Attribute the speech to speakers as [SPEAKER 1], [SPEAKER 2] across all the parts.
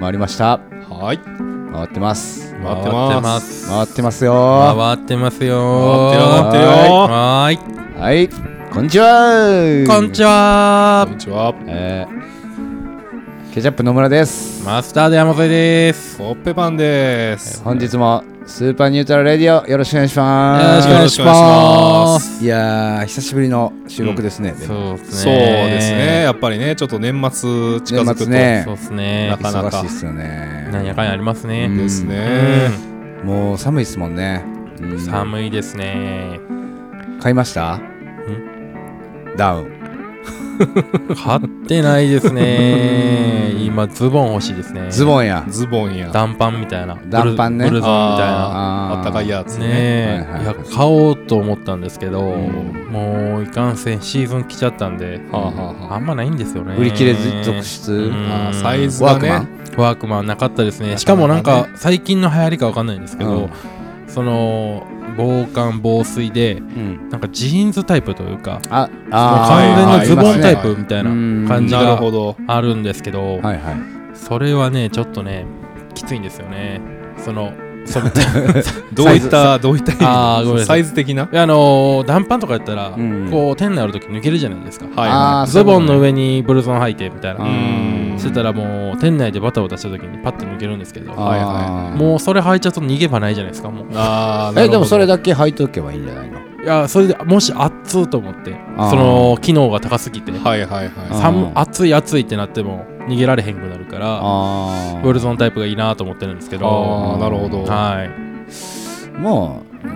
[SPEAKER 1] 回りました
[SPEAKER 2] はい
[SPEAKER 1] 回ってます
[SPEAKER 2] 回ってます
[SPEAKER 3] す
[SPEAKER 1] 回ってます
[SPEAKER 3] 回
[SPEAKER 1] よ
[SPEAKER 3] ってます
[SPEAKER 2] 回っ
[SPEAKER 3] よ
[SPEAKER 2] てる
[SPEAKER 3] ー
[SPEAKER 2] 回ってるよ
[SPEAKER 3] はーい
[SPEAKER 1] はいこんにちは
[SPEAKER 3] こんにち
[SPEAKER 2] こ
[SPEAKER 3] は
[SPEAKER 2] んにちは
[SPEAKER 1] えーケチャップ野村です
[SPEAKER 3] マスターで山添です
[SPEAKER 2] コッペパンです
[SPEAKER 1] 本日もスーパーニュートラルレディオよろしくお願いし
[SPEAKER 3] よ
[SPEAKER 1] ま
[SPEAKER 3] ろ
[SPEAKER 1] す
[SPEAKER 3] しくお願いします
[SPEAKER 1] いやー久しぶりの収録ですね、でも
[SPEAKER 3] そうです
[SPEAKER 2] そうですね
[SPEAKER 3] ね
[SPEAKER 2] やっぱりねちょっと年末近
[SPEAKER 1] 年
[SPEAKER 2] づくと
[SPEAKER 1] 末ね
[SPEAKER 3] そうですね
[SPEAKER 2] なかなか
[SPEAKER 1] 忙しいっすよね
[SPEAKER 3] なんやかんやあります
[SPEAKER 1] うん
[SPEAKER 3] ね
[SPEAKER 2] です
[SPEAKER 3] う
[SPEAKER 2] ね
[SPEAKER 1] うんもう寒いっすもんね、うん
[SPEAKER 3] ん寒いですね
[SPEAKER 1] 買いましたダウン
[SPEAKER 3] 買ってないですね今ズボン欲しいですね
[SPEAKER 1] ズ
[SPEAKER 3] ン
[SPEAKER 1] ボンや
[SPEAKER 2] ズボンや
[SPEAKER 3] 短パンみたいな
[SPEAKER 1] 短パンね
[SPEAKER 3] ブルブルゾンみたい
[SPEAKER 2] あ
[SPEAKER 3] な
[SPEAKER 2] ー
[SPEAKER 1] あー
[SPEAKER 2] あったかいやつね
[SPEAKER 3] ね
[SPEAKER 1] はいは
[SPEAKER 3] え、
[SPEAKER 1] い
[SPEAKER 3] いや買おうと思ったんですけど、
[SPEAKER 2] ん
[SPEAKER 3] もういかんせんシーズン来ちゃったんで、
[SPEAKER 2] はあはあは
[SPEAKER 3] あんまないんですよね。
[SPEAKER 1] 売り切れ続出、
[SPEAKER 3] うん
[SPEAKER 2] ああサイズ
[SPEAKER 1] ワー
[SPEAKER 2] が
[SPEAKER 1] クマン
[SPEAKER 2] ね
[SPEAKER 3] ワークマンなかったですね。
[SPEAKER 2] なかなかね
[SPEAKER 3] しかもなんか最近の流行りかわかんないんですけ
[SPEAKER 1] う
[SPEAKER 3] ど、
[SPEAKER 1] ん
[SPEAKER 3] その防寒防水で
[SPEAKER 1] うん、
[SPEAKER 3] なんかジーンズタイプというか、
[SPEAKER 1] あ
[SPEAKER 3] もう
[SPEAKER 1] あ
[SPEAKER 2] ー
[SPEAKER 3] 完全なズボンタイ
[SPEAKER 2] はいはいはい
[SPEAKER 3] プみたいな
[SPEAKER 1] うん
[SPEAKER 3] 感じ
[SPEAKER 2] なる
[SPEAKER 3] が
[SPEAKER 2] ほど
[SPEAKER 3] あるんですけ
[SPEAKER 1] は
[SPEAKER 3] ど、
[SPEAKER 1] いはい
[SPEAKER 3] それはねちょっとねきついんですよね。そのそのい
[SPEAKER 2] どういったどういった意味
[SPEAKER 3] あーごめんなさ
[SPEAKER 2] サ
[SPEAKER 3] い
[SPEAKER 2] イズ的な
[SPEAKER 3] やあのー短パンとかやったら、
[SPEAKER 1] うん
[SPEAKER 3] こう店内ある時抜けるじゃないですか。
[SPEAKER 2] はい
[SPEAKER 1] あー
[SPEAKER 3] ズボンの上にブルゾン履いてみたいな、
[SPEAKER 1] あ
[SPEAKER 2] うん
[SPEAKER 3] してたらもう店内でバタバタした時にパッて抜けるんですけど
[SPEAKER 1] あー
[SPEAKER 2] はいは
[SPEAKER 3] もうそれ履いちゃうと逃げ場ないじゃないですかもう
[SPEAKER 2] あーな
[SPEAKER 1] え
[SPEAKER 2] るほど
[SPEAKER 1] でもそれだけ履いとけばいいんじゃないの
[SPEAKER 3] いやそれでもし熱っと思って
[SPEAKER 1] あー
[SPEAKER 3] その機能が高すぎて
[SPEAKER 2] はいはいは
[SPEAKER 3] 寒
[SPEAKER 1] あー
[SPEAKER 3] 熱い熱いってなっても逃げられへんくなるから
[SPEAKER 1] あ
[SPEAKER 3] ブルゾンタイプがいいなと思ってるんですけ
[SPEAKER 2] い
[SPEAKER 3] ど
[SPEAKER 2] ああなるほど
[SPEAKER 3] はい
[SPEAKER 1] もうう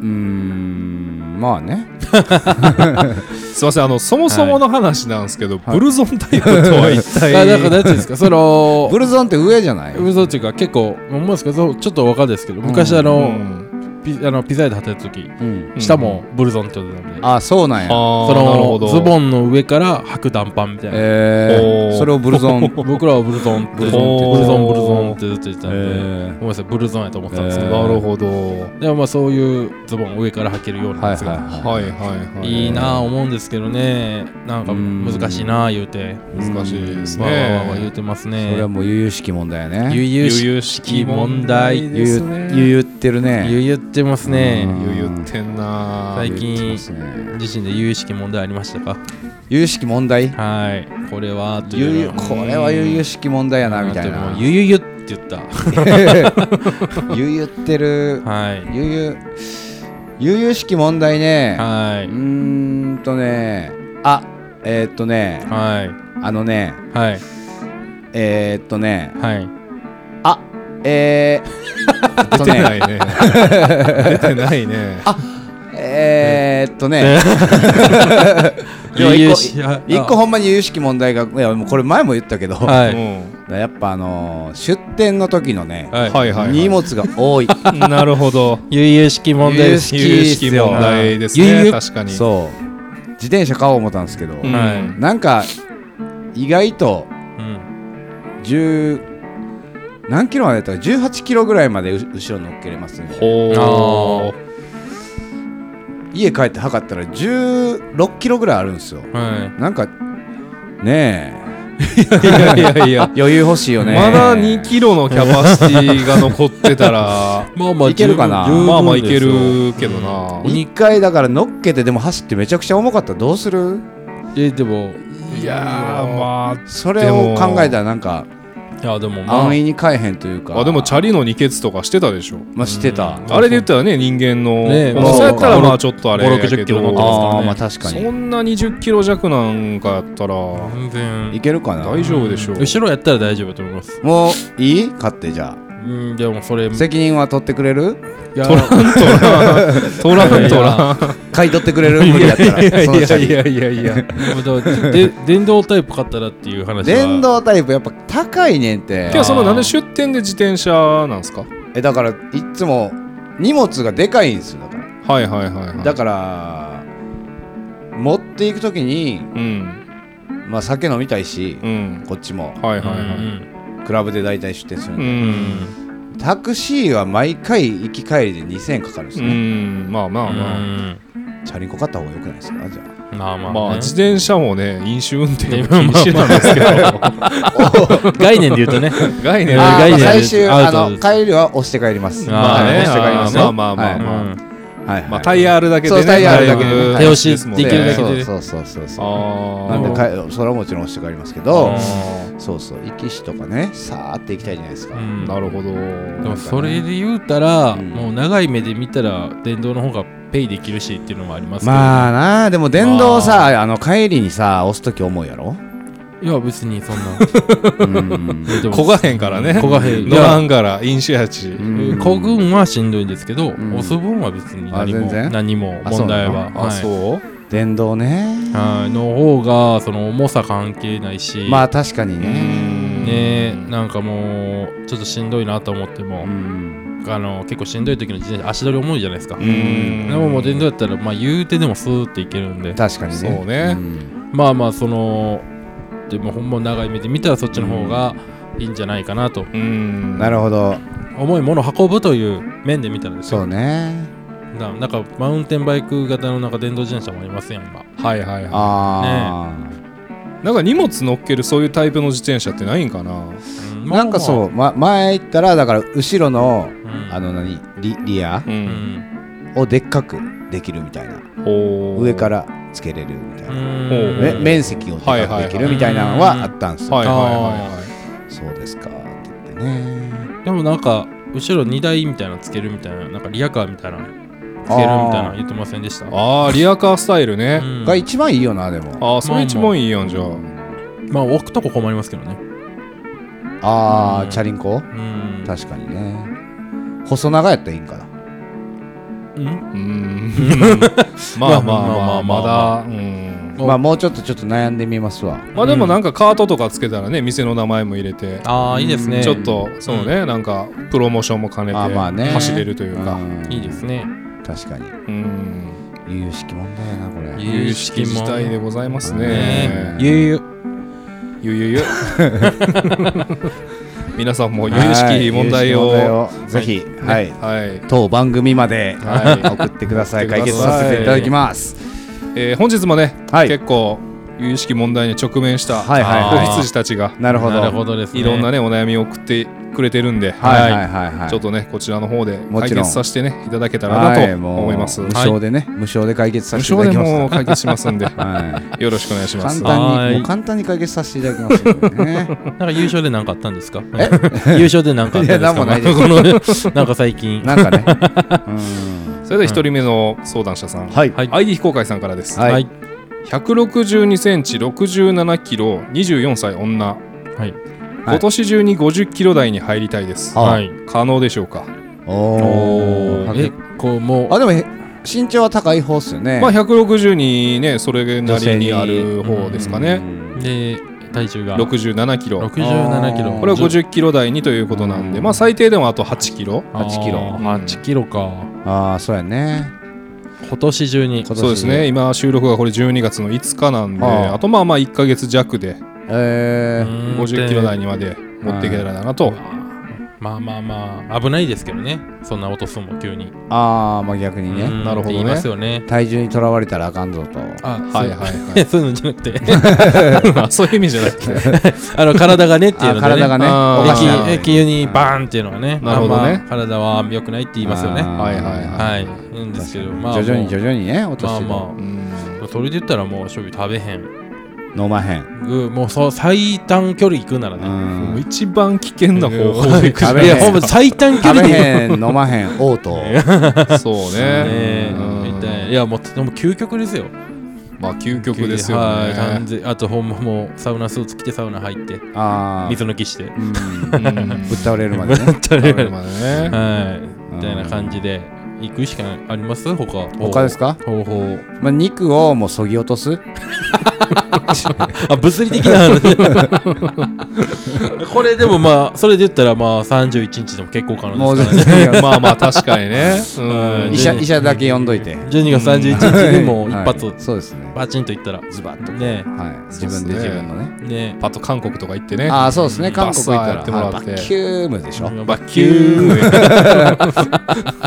[SPEAKER 1] ーんまあね
[SPEAKER 2] すいませんあのそもそもの話なんですけど、ブルゾンタイプとは一
[SPEAKER 3] だ
[SPEAKER 2] 体
[SPEAKER 3] からなんか何ていうんですか その
[SPEAKER 1] ブルゾンって上じゃない
[SPEAKER 3] ブルゾンっていうか結構思うんですけどちょっとわかるんですけど昔あ
[SPEAKER 2] う
[SPEAKER 3] の
[SPEAKER 2] ん
[SPEAKER 3] ピあのピザ屋で働いた時
[SPEAKER 1] うん、
[SPEAKER 3] 下もブルゾンって呼んでたんで
[SPEAKER 1] あそうなんや
[SPEAKER 2] あ
[SPEAKER 3] そ
[SPEAKER 2] ーなるほ
[SPEAKER 3] の
[SPEAKER 2] ど
[SPEAKER 3] ズボンの上から履く短パンみたいな、
[SPEAKER 1] え
[SPEAKER 2] おー
[SPEAKER 1] ー、それをブル ゾンブ
[SPEAKER 3] 僕らはブルゾンって
[SPEAKER 1] ブ
[SPEAKER 3] ブ
[SPEAKER 1] ル
[SPEAKER 3] ル
[SPEAKER 1] ゾ
[SPEAKER 3] ゾ
[SPEAKER 1] ンって
[SPEAKER 3] ン
[SPEAKER 2] 言
[SPEAKER 3] ブ
[SPEAKER 2] ってた
[SPEAKER 3] ルゾンってずっと言ってたんで、
[SPEAKER 1] え
[SPEAKER 3] ごめんなさいブルゾンやと思ってたんですけど、
[SPEAKER 2] なるほど
[SPEAKER 3] でもまあそういうズボンを上から履けるような
[SPEAKER 1] はい
[SPEAKER 3] やつが、
[SPEAKER 1] はい
[SPEAKER 3] い
[SPEAKER 1] は
[SPEAKER 2] はいはいはい
[SPEAKER 3] いなあ思うんですけどねなんか
[SPEAKER 1] うん
[SPEAKER 3] 難しいなあ言うて
[SPEAKER 2] 難しいです
[SPEAKER 3] わーわーわー言う
[SPEAKER 2] ね
[SPEAKER 3] てます
[SPEAKER 1] いそれは
[SPEAKER 3] ね
[SPEAKER 1] もう悠々しき問題やね
[SPEAKER 3] ゆゆし
[SPEAKER 2] 々
[SPEAKER 3] き問題
[SPEAKER 2] ゆ
[SPEAKER 1] 悠々悠々ってるね
[SPEAKER 3] ゆゆってますね
[SPEAKER 2] ゆ言ってんな
[SPEAKER 3] は
[SPEAKER 2] ー
[SPEAKER 3] い最近
[SPEAKER 1] 悠々ってますね
[SPEAKER 3] 自身で有意識問題ありましたか
[SPEAKER 1] 悠々しき問題
[SPEAKER 3] はいこれはとい
[SPEAKER 1] 悠
[SPEAKER 3] う
[SPEAKER 1] 々これは悠々しき問題やなみたい
[SPEAKER 3] あと
[SPEAKER 1] な
[SPEAKER 3] もうゆゆゆって言った
[SPEAKER 1] 悠々ってる
[SPEAKER 3] はい
[SPEAKER 1] 悠々悠々しき問題ね
[SPEAKER 3] は
[SPEAKER 1] う
[SPEAKER 3] い
[SPEAKER 1] ーんとねあえー、っとね
[SPEAKER 3] はい
[SPEAKER 1] あのね
[SPEAKER 3] はい
[SPEAKER 1] えー、っとね
[SPEAKER 3] はい
[SPEAKER 1] あえー、えっと
[SPEAKER 2] 出てな
[SPEAKER 1] ね
[SPEAKER 2] い ね出てないねあ
[SPEAKER 1] えー、っとねいや
[SPEAKER 3] 悠々
[SPEAKER 1] 一
[SPEAKER 3] しあ
[SPEAKER 1] 一個ほんまに悠々しき問題がいやもうこれ前も言ったけど、
[SPEAKER 3] は
[SPEAKER 2] う
[SPEAKER 3] い
[SPEAKER 2] ん
[SPEAKER 1] やっぱあのー出店の時のね、
[SPEAKER 3] はい
[SPEAKER 2] はいはい
[SPEAKER 1] 荷物が多い
[SPEAKER 2] なるほど
[SPEAKER 3] 悠々式問題です
[SPEAKER 1] 好きっすよ
[SPEAKER 2] ゆ々しき問題です
[SPEAKER 3] ゆ
[SPEAKER 2] ね
[SPEAKER 3] ゆ
[SPEAKER 2] 確かにう
[SPEAKER 1] そう自転車買おう思ったんですけど、
[SPEAKER 2] ん
[SPEAKER 3] はい
[SPEAKER 1] なんか意外と
[SPEAKER 3] うん
[SPEAKER 1] 10何キロまでやったか18キロぐらいまでう後ろ乗っけれますんで
[SPEAKER 2] ほう
[SPEAKER 3] あ
[SPEAKER 1] 家帰って測ったら16キロぐらいあるんですよ
[SPEAKER 3] は
[SPEAKER 1] なんかねえ
[SPEAKER 2] いやいやいや
[SPEAKER 1] 余裕欲しいよね
[SPEAKER 2] まだ2キロのキャパシティが残ってたら
[SPEAKER 3] いまあま
[SPEAKER 1] いけるかな
[SPEAKER 3] 十 分
[SPEAKER 2] まあまあいけるけどな
[SPEAKER 3] うん
[SPEAKER 1] 1回だから乗っけてでも走ってめちゃくちゃ重かったらどうする
[SPEAKER 3] えでも
[SPEAKER 2] いやーま
[SPEAKER 1] それを考えたらなんか
[SPEAKER 3] いやでもまあ
[SPEAKER 1] 安易に買えへんというか
[SPEAKER 2] ああでもチャリの二ケツとかしてたでしょ
[SPEAKER 1] まあしてた
[SPEAKER 3] うん
[SPEAKER 2] あれで言ったらね人間の
[SPEAKER 3] ねえ
[SPEAKER 2] 重さやったら
[SPEAKER 3] まあ
[SPEAKER 2] まあちょっとあれやけど
[SPEAKER 3] 5 60キロ乗ってます
[SPEAKER 1] あ
[SPEAKER 3] か
[SPEAKER 1] あまあ
[SPEAKER 3] らね
[SPEAKER 1] 確か
[SPEAKER 2] そ
[SPEAKER 1] に
[SPEAKER 2] んな20キロ弱なんかやったら
[SPEAKER 3] 全然
[SPEAKER 1] いけるかな
[SPEAKER 2] 大丈夫でしょう
[SPEAKER 3] 後ろやったら大丈夫だと思います
[SPEAKER 1] もういい買ってじゃ
[SPEAKER 3] うんでもそれ
[SPEAKER 1] あ責任は取ってくれる
[SPEAKER 3] いや
[SPEAKER 2] 取らん取らん取らん取らん
[SPEAKER 1] 買い取ってくれる無理やったら
[SPEAKER 2] いやい
[SPEAKER 1] そのチャ
[SPEAKER 2] や
[SPEAKER 1] リ
[SPEAKER 2] いやいやいや
[SPEAKER 3] で電動タイプ買ったらっていう話は
[SPEAKER 1] 電動タイプやっぱ高いねんて
[SPEAKER 2] 今日そのなんで出店で自転車なんですか
[SPEAKER 1] えだからいっつも荷物がでかいんですよだから
[SPEAKER 2] はいはいはいはい
[SPEAKER 1] だから持っていく時に
[SPEAKER 2] うん
[SPEAKER 1] まあ酒飲みたいし
[SPEAKER 2] うん
[SPEAKER 1] こっちも
[SPEAKER 2] はいはい
[SPEAKER 3] うんう
[SPEAKER 2] はい
[SPEAKER 3] ん
[SPEAKER 1] クラブで大体出店するん
[SPEAKER 2] う
[SPEAKER 1] で
[SPEAKER 2] ん
[SPEAKER 1] タクシーは毎回行き帰りで2000円かかるんです
[SPEAKER 2] う
[SPEAKER 1] ね
[SPEAKER 2] んまあまあま
[SPEAKER 3] う
[SPEAKER 2] あ
[SPEAKER 3] ん
[SPEAKER 1] チャリンコ買った方がよくないですかじゃあ
[SPEAKER 3] まあまあ、ね、
[SPEAKER 2] まあ、自転車もね、飲酒運転 を禁止
[SPEAKER 3] ね
[SPEAKER 2] なんですけど、
[SPEAKER 3] 概念で言うとね。
[SPEAKER 2] 概念
[SPEAKER 3] あー
[SPEAKER 2] が
[SPEAKER 3] 外にある
[SPEAKER 1] 最終
[SPEAKER 3] アウ
[SPEAKER 1] あ
[SPEAKER 3] ト
[SPEAKER 1] の帰りは押して帰ります。
[SPEAKER 3] まあ
[SPEAKER 1] はい
[SPEAKER 3] ね
[SPEAKER 1] 押して帰ります
[SPEAKER 2] まあ
[SPEAKER 1] よ。
[SPEAKER 2] まあ まあまあ
[SPEAKER 3] うん
[SPEAKER 1] はいはい
[SPEAKER 2] まあ、タイヤあるだけで
[SPEAKER 1] そう
[SPEAKER 2] ね、
[SPEAKER 1] タイヤあるだけでね
[SPEAKER 2] ぶ
[SPEAKER 1] はい
[SPEAKER 3] 手押し
[SPEAKER 2] もん
[SPEAKER 3] できるだけ
[SPEAKER 1] そ
[SPEAKER 3] で
[SPEAKER 1] う
[SPEAKER 3] ね
[SPEAKER 1] そうそうそうそう。
[SPEAKER 2] あ
[SPEAKER 1] なんで
[SPEAKER 2] ー
[SPEAKER 1] かそれはもちろん押して帰りますけ
[SPEAKER 2] あ
[SPEAKER 1] ど、
[SPEAKER 2] ー
[SPEAKER 1] そうそう行きしとかねさーって行きたいじゃないですか。
[SPEAKER 3] うん
[SPEAKER 2] なるほど。
[SPEAKER 3] でもそれで言うたら、
[SPEAKER 1] うん
[SPEAKER 3] もう長い目で見たら電動の方がペイできるしっていうのもありますけど、
[SPEAKER 1] まあなあでも電動
[SPEAKER 3] ま
[SPEAKER 1] さあの帰りにさ押す時思うやろ。
[SPEAKER 3] いや別にそ んな
[SPEAKER 1] うん
[SPEAKER 3] でも
[SPEAKER 2] こがへんからね、
[SPEAKER 3] こがへん
[SPEAKER 2] 乗らんから、飲酒やち。
[SPEAKER 1] うん
[SPEAKER 3] こぐんはしんどいんですけど、
[SPEAKER 1] ん
[SPEAKER 3] 押す分は別に何
[SPEAKER 1] あ全
[SPEAKER 3] も
[SPEAKER 1] 然
[SPEAKER 3] 何も
[SPEAKER 1] あそう
[SPEAKER 3] 問
[SPEAKER 1] な
[SPEAKER 3] 題
[SPEAKER 1] の
[SPEAKER 3] は
[SPEAKER 2] あ、
[SPEAKER 3] はい
[SPEAKER 2] そう
[SPEAKER 1] 電動ね。
[SPEAKER 3] はいの方がその重さ関係ないし、
[SPEAKER 1] まあ確かに
[SPEAKER 2] う
[SPEAKER 1] ね。
[SPEAKER 2] ん
[SPEAKER 3] ねなんかもうちょっとしんどいなと思っても
[SPEAKER 1] う、ん
[SPEAKER 3] あの結構しんどい時の自転車足取り重いじゃないですか、
[SPEAKER 2] う
[SPEAKER 3] で
[SPEAKER 2] ん
[SPEAKER 3] ももう電動やったらまあ言うてでもスーっていけるんで
[SPEAKER 1] 確かにね。
[SPEAKER 2] そう
[SPEAKER 1] う。
[SPEAKER 2] ね
[SPEAKER 1] ん
[SPEAKER 3] まあまあそのでもほんま長い目で見たらそっちの方がいいんじゃないかなと
[SPEAKER 2] うん
[SPEAKER 1] なるほど
[SPEAKER 3] 重いものを運ぶという面で見たらですよ
[SPEAKER 1] そうね。
[SPEAKER 3] だなんかマウンテンバイク型のなんか電動自転車もありますやん今
[SPEAKER 2] はいはいは
[SPEAKER 1] ああ。
[SPEAKER 2] い。なんか荷物乗っけるそういうタイプの自転車ってないんかな
[SPEAKER 1] なんかそう、ま、前行ったらだから後ろの
[SPEAKER 3] う、ん
[SPEAKER 1] あの何リリア
[SPEAKER 2] う。
[SPEAKER 3] うんん
[SPEAKER 1] をでっかくできるみたいな
[SPEAKER 2] おー
[SPEAKER 1] 上からつけれるみたいな、
[SPEAKER 2] ん
[SPEAKER 1] め
[SPEAKER 2] うん
[SPEAKER 1] 面積をで
[SPEAKER 2] はい
[SPEAKER 1] か
[SPEAKER 2] はい
[SPEAKER 1] く
[SPEAKER 2] は
[SPEAKER 1] でき
[SPEAKER 2] い
[SPEAKER 1] るみたいなのはあったんですよ、
[SPEAKER 2] はいはいはいはい。
[SPEAKER 1] そうですかって言ってね
[SPEAKER 3] でもなんか後ろ荷台みたいなのつけるみたいななんかリアカーみたいなのつけるみたいなの言ってませんでした
[SPEAKER 2] ああリアカースタイルね、
[SPEAKER 3] うん
[SPEAKER 1] が一番いいよなでも
[SPEAKER 2] ああそれ一番いいやんじゃあ、
[SPEAKER 3] まあ置くとこ困りますけどね
[SPEAKER 1] あー、
[SPEAKER 3] うん
[SPEAKER 1] チャリンコ
[SPEAKER 3] うん
[SPEAKER 1] 確かにね細長やったらいいんかな
[SPEAKER 3] うん
[SPEAKER 2] うーんまあまあまあまだうん
[SPEAKER 1] まあもうちょっとちょっと悩んでみますわ
[SPEAKER 2] まあでもなんかカートとかつけたらね店の名前も入れて、
[SPEAKER 3] ああいいですね
[SPEAKER 2] ちょっとそうね、なんかプロモーションも兼ねて
[SPEAKER 1] あーまあね
[SPEAKER 2] 走れるというか、
[SPEAKER 1] うん
[SPEAKER 3] いいですね
[SPEAKER 1] 確かに
[SPEAKER 2] うん
[SPEAKER 1] 有識問題やなこれ
[SPEAKER 2] 有識自体でございますね
[SPEAKER 3] ねゆゆ
[SPEAKER 2] ゆ ゆゆ皆さんも有識問題を
[SPEAKER 1] はい有識問題をぜひはい、
[SPEAKER 2] はい、
[SPEAKER 1] 当番組まで
[SPEAKER 2] はい
[SPEAKER 1] 送ってください
[SPEAKER 2] 送って
[SPEAKER 1] 解
[SPEAKER 2] くださ
[SPEAKER 1] 決
[SPEAKER 2] い
[SPEAKER 1] させていただきます
[SPEAKER 2] えー本日もね、
[SPEAKER 1] はい
[SPEAKER 2] 結構有識問題に直面した
[SPEAKER 1] はいはいはい
[SPEAKER 2] 子羊たちが
[SPEAKER 1] なるほど
[SPEAKER 3] なるほどですね
[SPEAKER 2] いろんなねお悩みを送ってくれてるんで、
[SPEAKER 1] はいはいはいはい
[SPEAKER 2] ちょっとねこちらの方で
[SPEAKER 1] も
[SPEAKER 2] 解
[SPEAKER 1] ちろん
[SPEAKER 2] 決させてねいただけたらなと
[SPEAKER 1] はいもう
[SPEAKER 2] 思います。
[SPEAKER 1] 無
[SPEAKER 2] はい
[SPEAKER 1] 償でね無償で解決さ
[SPEAKER 2] 無
[SPEAKER 1] せていただ
[SPEAKER 2] 償で
[SPEAKER 1] きます
[SPEAKER 2] もう解決しますんで、
[SPEAKER 1] はい
[SPEAKER 2] よろしくお願いしま
[SPEAKER 1] 簡
[SPEAKER 2] す。
[SPEAKER 1] 単
[SPEAKER 3] は
[SPEAKER 1] に
[SPEAKER 3] い
[SPEAKER 1] もう簡単に解決させていただきますのでね
[SPEAKER 3] なんか優勝で何かあったんですか 優勝で何かあったんですか
[SPEAKER 1] いやなんもないです
[SPEAKER 3] この なんか最近
[SPEAKER 1] なんかねうん
[SPEAKER 2] それでは一人目の相談者さん、
[SPEAKER 1] はい
[SPEAKER 3] はい
[SPEAKER 2] ID 非公開さんからです。
[SPEAKER 1] はい
[SPEAKER 2] 162センチ67キロ24歳女。
[SPEAKER 3] はい
[SPEAKER 2] 今年中に50キロ台に入りたいです。
[SPEAKER 1] あ
[SPEAKER 3] はい
[SPEAKER 2] 可能でしょうか。
[SPEAKER 1] お
[SPEAKER 3] え
[SPEAKER 1] ー
[SPEAKER 3] こうもう
[SPEAKER 1] あでもへ身長は高い方っすよね
[SPEAKER 2] まあ160にねそれなりにある方ですか
[SPEAKER 1] う
[SPEAKER 2] ね。
[SPEAKER 1] ん
[SPEAKER 3] で体重が
[SPEAKER 2] 67キロ。
[SPEAKER 3] 67キロ
[SPEAKER 2] これは
[SPEAKER 3] 十
[SPEAKER 2] 50キロ台にということなんで、
[SPEAKER 1] うん
[SPEAKER 2] まあ最低でもあと8キロ。
[SPEAKER 1] 8キロ
[SPEAKER 3] あー8キロか
[SPEAKER 1] ああそうやね
[SPEAKER 3] 今年中に
[SPEAKER 1] 今年
[SPEAKER 2] そうですね今収録がこれ12月の5日なんで
[SPEAKER 1] ああ
[SPEAKER 2] あとまあまあ1か月弱で
[SPEAKER 1] えー
[SPEAKER 2] 50キロ台
[SPEAKER 3] に
[SPEAKER 2] にまで持っていけたらなと、
[SPEAKER 3] まあまあまあ危ないですけどねそんな落とすのも急に
[SPEAKER 1] ああまあ逆に
[SPEAKER 3] う
[SPEAKER 1] ね
[SPEAKER 3] ん
[SPEAKER 2] なるほどね
[SPEAKER 3] って言いますよね
[SPEAKER 1] 体重にとらわれたらあかんぞと
[SPEAKER 3] あ
[SPEAKER 2] はいはい
[SPEAKER 3] そう そういうのじゃなくて
[SPEAKER 2] はい そういう意味じゃなくて
[SPEAKER 3] あの体がねっていうの
[SPEAKER 1] あ
[SPEAKER 3] でね
[SPEAKER 1] 体がね
[SPEAKER 2] あー
[SPEAKER 1] おかしな
[SPEAKER 2] あー
[SPEAKER 3] え急にバーンっていうのはね、
[SPEAKER 2] なるほどね
[SPEAKER 3] あんま体は良くないって言いますよね。
[SPEAKER 1] あー
[SPEAKER 2] はいはいは
[SPEAKER 3] はい、なんですけど、まあ、
[SPEAKER 1] 徐々に徐
[SPEAKER 3] 々
[SPEAKER 1] 々にね落としていく
[SPEAKER 3] まあま
[SPEAKER 2] うん
[SPEAKER 3] あ、それで言ったらもう、正味食べへん、
[SPEAKER 1] 飲まへん
[SPEAKER 3] ぐもうそう最短距離行くなら
[SPEAKER 1] う
[SPEAKER 3] ね、
[SPEAKER 2] もうん一番危険な方法でいくじゃ
[SPEAKER 1] 食
[SPEAKER 2] な
[SPEAKER 1] べへ
[SPEAKER 2] い
[SPEAKER 3] い
[SPEAKER 1] ん
[SPEAKER 2] で
[SPEAKER 3] や、ほんま最短距
[SPEAKER 1] 食
[SPEAKER 3] 離
[SPEAKER 1] べ
[SPEAKER 3] で行く。
[SPEAKER 1] へん飲まへん嘔吐
[SPEAKER 2] すか そうね
[SPEAKER 3] ね
[SPEAKER 2] うん
[SPEAKER 3] みたいないやもうでも究極ですよ
[SPEAKER 2] まあ究極ですよ
[SPEAKER 3] はい完
[SPEAKER 2] ね
[SPEAKER 3] 全あとほんまもうサウナスーツ着てサウナ入って
[SPEAKER 1] ああ
[SPEAKER 3] 水抜きして
[SPEAKER 1] うんぶ
[SPEAKER 2] う
[SPEAKER 1] っ
[SPEAKER 2] んぶっ
[SPEAKER 1] 倒れるまでね
[SPEAKER 3] 食べ
[SPEAKER 2] 倒
[SPEAKER 3] る
[SPEAKER 2] れるまでね
[SPEAKER 3] はいみたいな感じで行くしかないあります他
[SPEAKER 1] 他ですか
[SPEAKER 3] 方法
[SPEAKER 1] まあ肉をもうそぎ落とす
[SPEAKER 3] あ物理的な 話これでもまあそれで言ったらまあ31日でも結構可
[SPEAKER 1] も
[SPEAKER 3] 能
[SPEAKER 1] う
[SPEAKER 3] で
[SPEAKER 1] 全
[SPEAKER 3] すから
[SPEAKER 1] 然
[SPEAKER 3] ね
[SPEAKER 1] いいよ
[SPEAKER 2] まあまあ確かにね。うん
[SPEAKER 1] 医者医者だけ呼んどいて
[SPEAKER 3] 12月31日でも一発
[SPEAKER 1] はいそうですね
[SPEAKER 3] バチンといったら
[SPEAKER 1] ズバッと
[SPEAKER 3] ね
[SPEAKER 1] はい
[SPEAKER 2] そ
[SPEAKER 1] 自
[SPEAKER 2] うっす
[SPEAKER 1] 分
[SPEAKER 2] ね
[SPEAKER 1] で自分のね
[SPEAKER 3] ね
[SPEAKER 2] パッと韓国とか行ってね。
[SPEAKER 1] ああそうですね韓国行ったら
[SPEAKER 2] バッサーやってもらって
[SPEAKER 1] はいバッキュームでしょ
[SPEAKER 3] バッキュー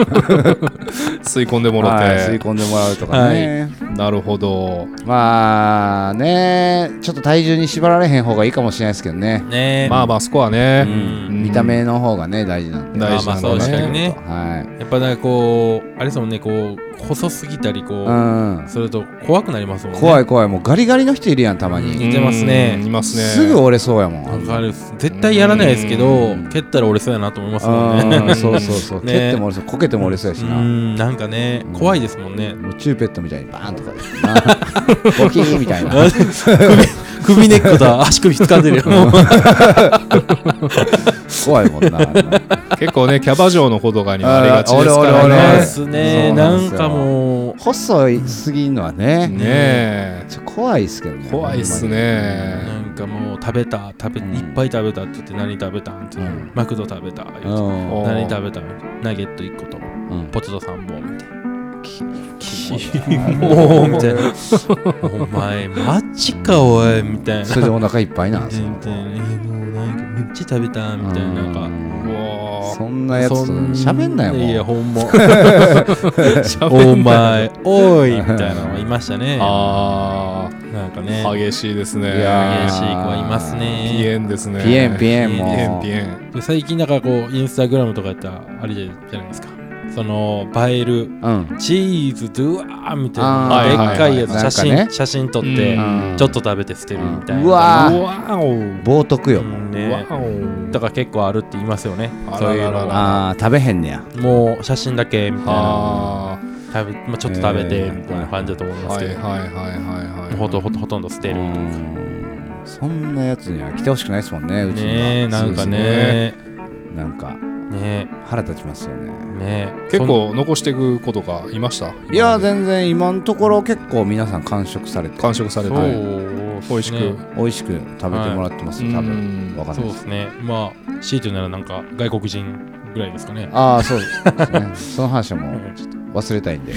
[SPEAKER 2] 吸い込んでもろ
[SPEAKER 1] はい吸い
[SPEAKER 2] て。
[SPEAKER 1] 込んでもらうとかね
[SPEAKER 2] なるほど。
[SPEAKER 1] まあねちょっと体重に縛られへん方がいいかもしれないですけどね
[SPEAKER 3] ね
[SPEAKER 2] まあまあそこはね。
[SPEAKER 3] うん
[SPEAKER 2] うん
[SPEAKER 1] 見た目の方がね大事なんで
[SPEAKER 2] 大事なんだね。
[SPEAKER 3] まあまあそうですね
[SPEAKER 1] はい
[SPEAKER 3] やっぱなんかこうあれですもんねこう細すぎたりこ
[SPEAKER 1] う
[SPEAKER 3] うんそれと怖くなりますもんね
[SPEAKER 1] 怖い怖いもうガリガリの人いるやんたま
[SPEAKER 3] う
[SPEAKER 1] に
[SPEAKER 3] ん似てますね
[SPEAKER 2] うんいますね。
[SPEAKER 1] すぐ折れそうやもん
[SPEAKER 3] わかるっす絶対やらないですけど
[SPEAKER 1] うん
[SPEAKER 3] 蹴ったら折れそうやなと思いますもんね
[SPEAKER 1] うんそうそうそう
[SPEAKER 3] ね
[SPEAKER 1] 蹴っても折れそうこけても折れそうやし
[SPEAKER 3] う
[SPEAKER 1] なん
[SPEAKER 3] なんかね
[SPEAKER 1] うん
[SPEAKER 3] 怖いですもんね
[SPEAKER 1] もうチューペットみたいにバーンとかなゴキーみたい な
[SPEAKER 3] 首首根っこだ足首掴んでるよ
[SPEAKER 1] 怖いもんなあんな
[SPEAKER 2] 結構ね、キャバ嬢の子とかにもありがちですか
[SPEAKER 1] あ
[SPEAKER 2] ら
[SPEAKER 1] ー俺俺俺
[SPEAKER 2] ね
[SPEAKER 3] で
[SPEAKER 1] 俺。
[SPEAKER 3] す
[SPEAKER 1] そ
[SPEAKER 3] ね
[SPEAKER 1] う
[SPEAKER 3] な
[SPEAKER 1] なんで
[SPEAKER 3] ん
[SPEAKER 1] すよ
[SPEAKER 3] かもう
[SPEAKER 1] 細いすぎんのはね
[SPEAKER 2] ねえ。
[SPEAKER 1] ちょ怖いっすけどね
[SPEAKER 2] 怖いっす
[SPEAKER 3] な
[SPEAKER 2] ね。
[SPEAKER 3] んかもう食べた食べ
[SPEAKER 1] うん
[SPEAKER 3] いっぱい食べたって言って何食べたんって言って
[SPEAKER 1] うん
[SPEAKER 3] マクド食べた言うて
[SPEAKER 1] ほんまに
[SPEAKER 2] お
[SPEAKER 3] 何食べたんナゲット1個と
[SPEAKER 1] うんうん
[SPEAKER 3] ポテト3本みたいな
[SPEAKER 1] き
[SPEAKER 3] もうみたいなお前マジかおいみたいな
[SPEAKER 1] それでお腹いっぱいなんすよ
[SPEAKER 3] 全然えもうなんかめっちゃ食べたみたいななんか
[SPEAKER 1] か
[SPEAKER 2] うわー
[SPEAKER 1] そんなやつと喋んなよ
[SPEAKER 3] い
[SPEAKER 1] もう
[SPEAKER 3] やほんま
[SPEAKER 2] 喋
[SPEAKER 3] お
[SPEAKER 2] んな
[SPEAKER 3] 前おいみたいなのがいましたね
[SPEAKER 2] あ
[SPEAKER 3] なんかね
[SPEAKER 2] あ、激しいですね。
[SPEAKER 1] いや
[SPEAKER 3] 激しい子はいますね
[SPEAKER 2] ピエンですね。
[SPEAKER 1] ピエンピエン
[SPEAKER 2] ピ
[SPEAKER 1] も
[SPEAKER 2] エン
[SPEAKER 1] う
[SPEAKER 2] ピエン。
[SPEAKER 3] で最近だからこうインスタグラムとかやったらあれじゃないですかその映える
[SPEAKER 1] うん
[SPEAKER 3] チーズドゥワーみたいな
[SPEAKER 1] あ
[SPEAKER 3] でっ
[SPEAKER 2] ー
[SPEAKER 3] かいやつ
[SPEAKER 1] はいはいはい
[SPEAKER 3] 写真、
[SPEAKER 1] なんかね
[SPEAKER 3] 写真撮って、
[SPEAKER 2] うん
[SPEAKER 3] ちょっと食べて捨てるみたいな
[SPEAKER 1] うわあー
[SPEAKER 2] うわお。
[SPEAKER 1] 冒涜
[SPEAKER 3] う
[SPEAKER 1] よ
[SPEAKER 3] ん
[SPEAKER 2] わ
[SPEAKER 3] ね
[SPEAKER 2] お。
[SPEAKER 3] だから結構あるって言いますよね
[SPEAKER 2] あららら
[SPEAKER 3] そういうのは
[SPEAKER 1] ああ食べへんねや
[SPEAKER 3] もう写真だけみたいな
[SPEAKER 2] あ
[SPEAKER 3] 食べ、まあ、ちょっと食べ
[SPEAKER 1] え
[SPEAKER 3] て
[SPEAKER 1] ー
[SPEAKER 3] みたいな感じだと思い
[SPEAKER 2] あ、
[SPEAKER 3] ます
[SPEAKER 2] は
[SPEAKER 3] け
[SPEAKER 2] い
[SPEAKER 3] ど、
[SPEAKER 2] はいはいはいはい。
[SPEAKER 3] ほとほとほとんど捨てる
[SPEAKER 1] う
[SPEAKER 3] ね
[SPEAKER 1] んそんなやつには来てほしくないですもんねうちに
[SPEAKER 3] え
[SPEAKER 1] は
[SPEAKER 3] なんかね
[SPEAKER 1] なんか
[SPEAKER 3] ね
[SPEAKER 1] 腹立ちますよね
[SPEAKER 3] えねえ
[SPEAKER 2] 結構残していく子とかいました
[SPEAKER 1] いや全然今のとこそんな結構皆さん完食されて
[SPEAKER 2] 完食され
[SPEAKER 3] そ
[SPEAKER 2] て
[SPEAKER 3] んそう
[SPEAKER 1] はい
[SPEAKER 2] 美味しく、
[SPEAKER 3] ね
[SPEAKER 1] 美味しく食べてもらってますよ多分
[SPEAKER 2] うん
[SPEAKER 1] わかん
[SPEAKER 3] そ
[SPEAKER 1] な
[SPEAKER 3] う
[SPEAKER 1] い
[SPEAKER 3] で
[SPEAKER 1] です
[SPEAKER 3] すね。まあ、強いて言うならなんか外国人ぐらいですかね。
[SPEAKER 1] ああそうですねその話はもう忘れたいんで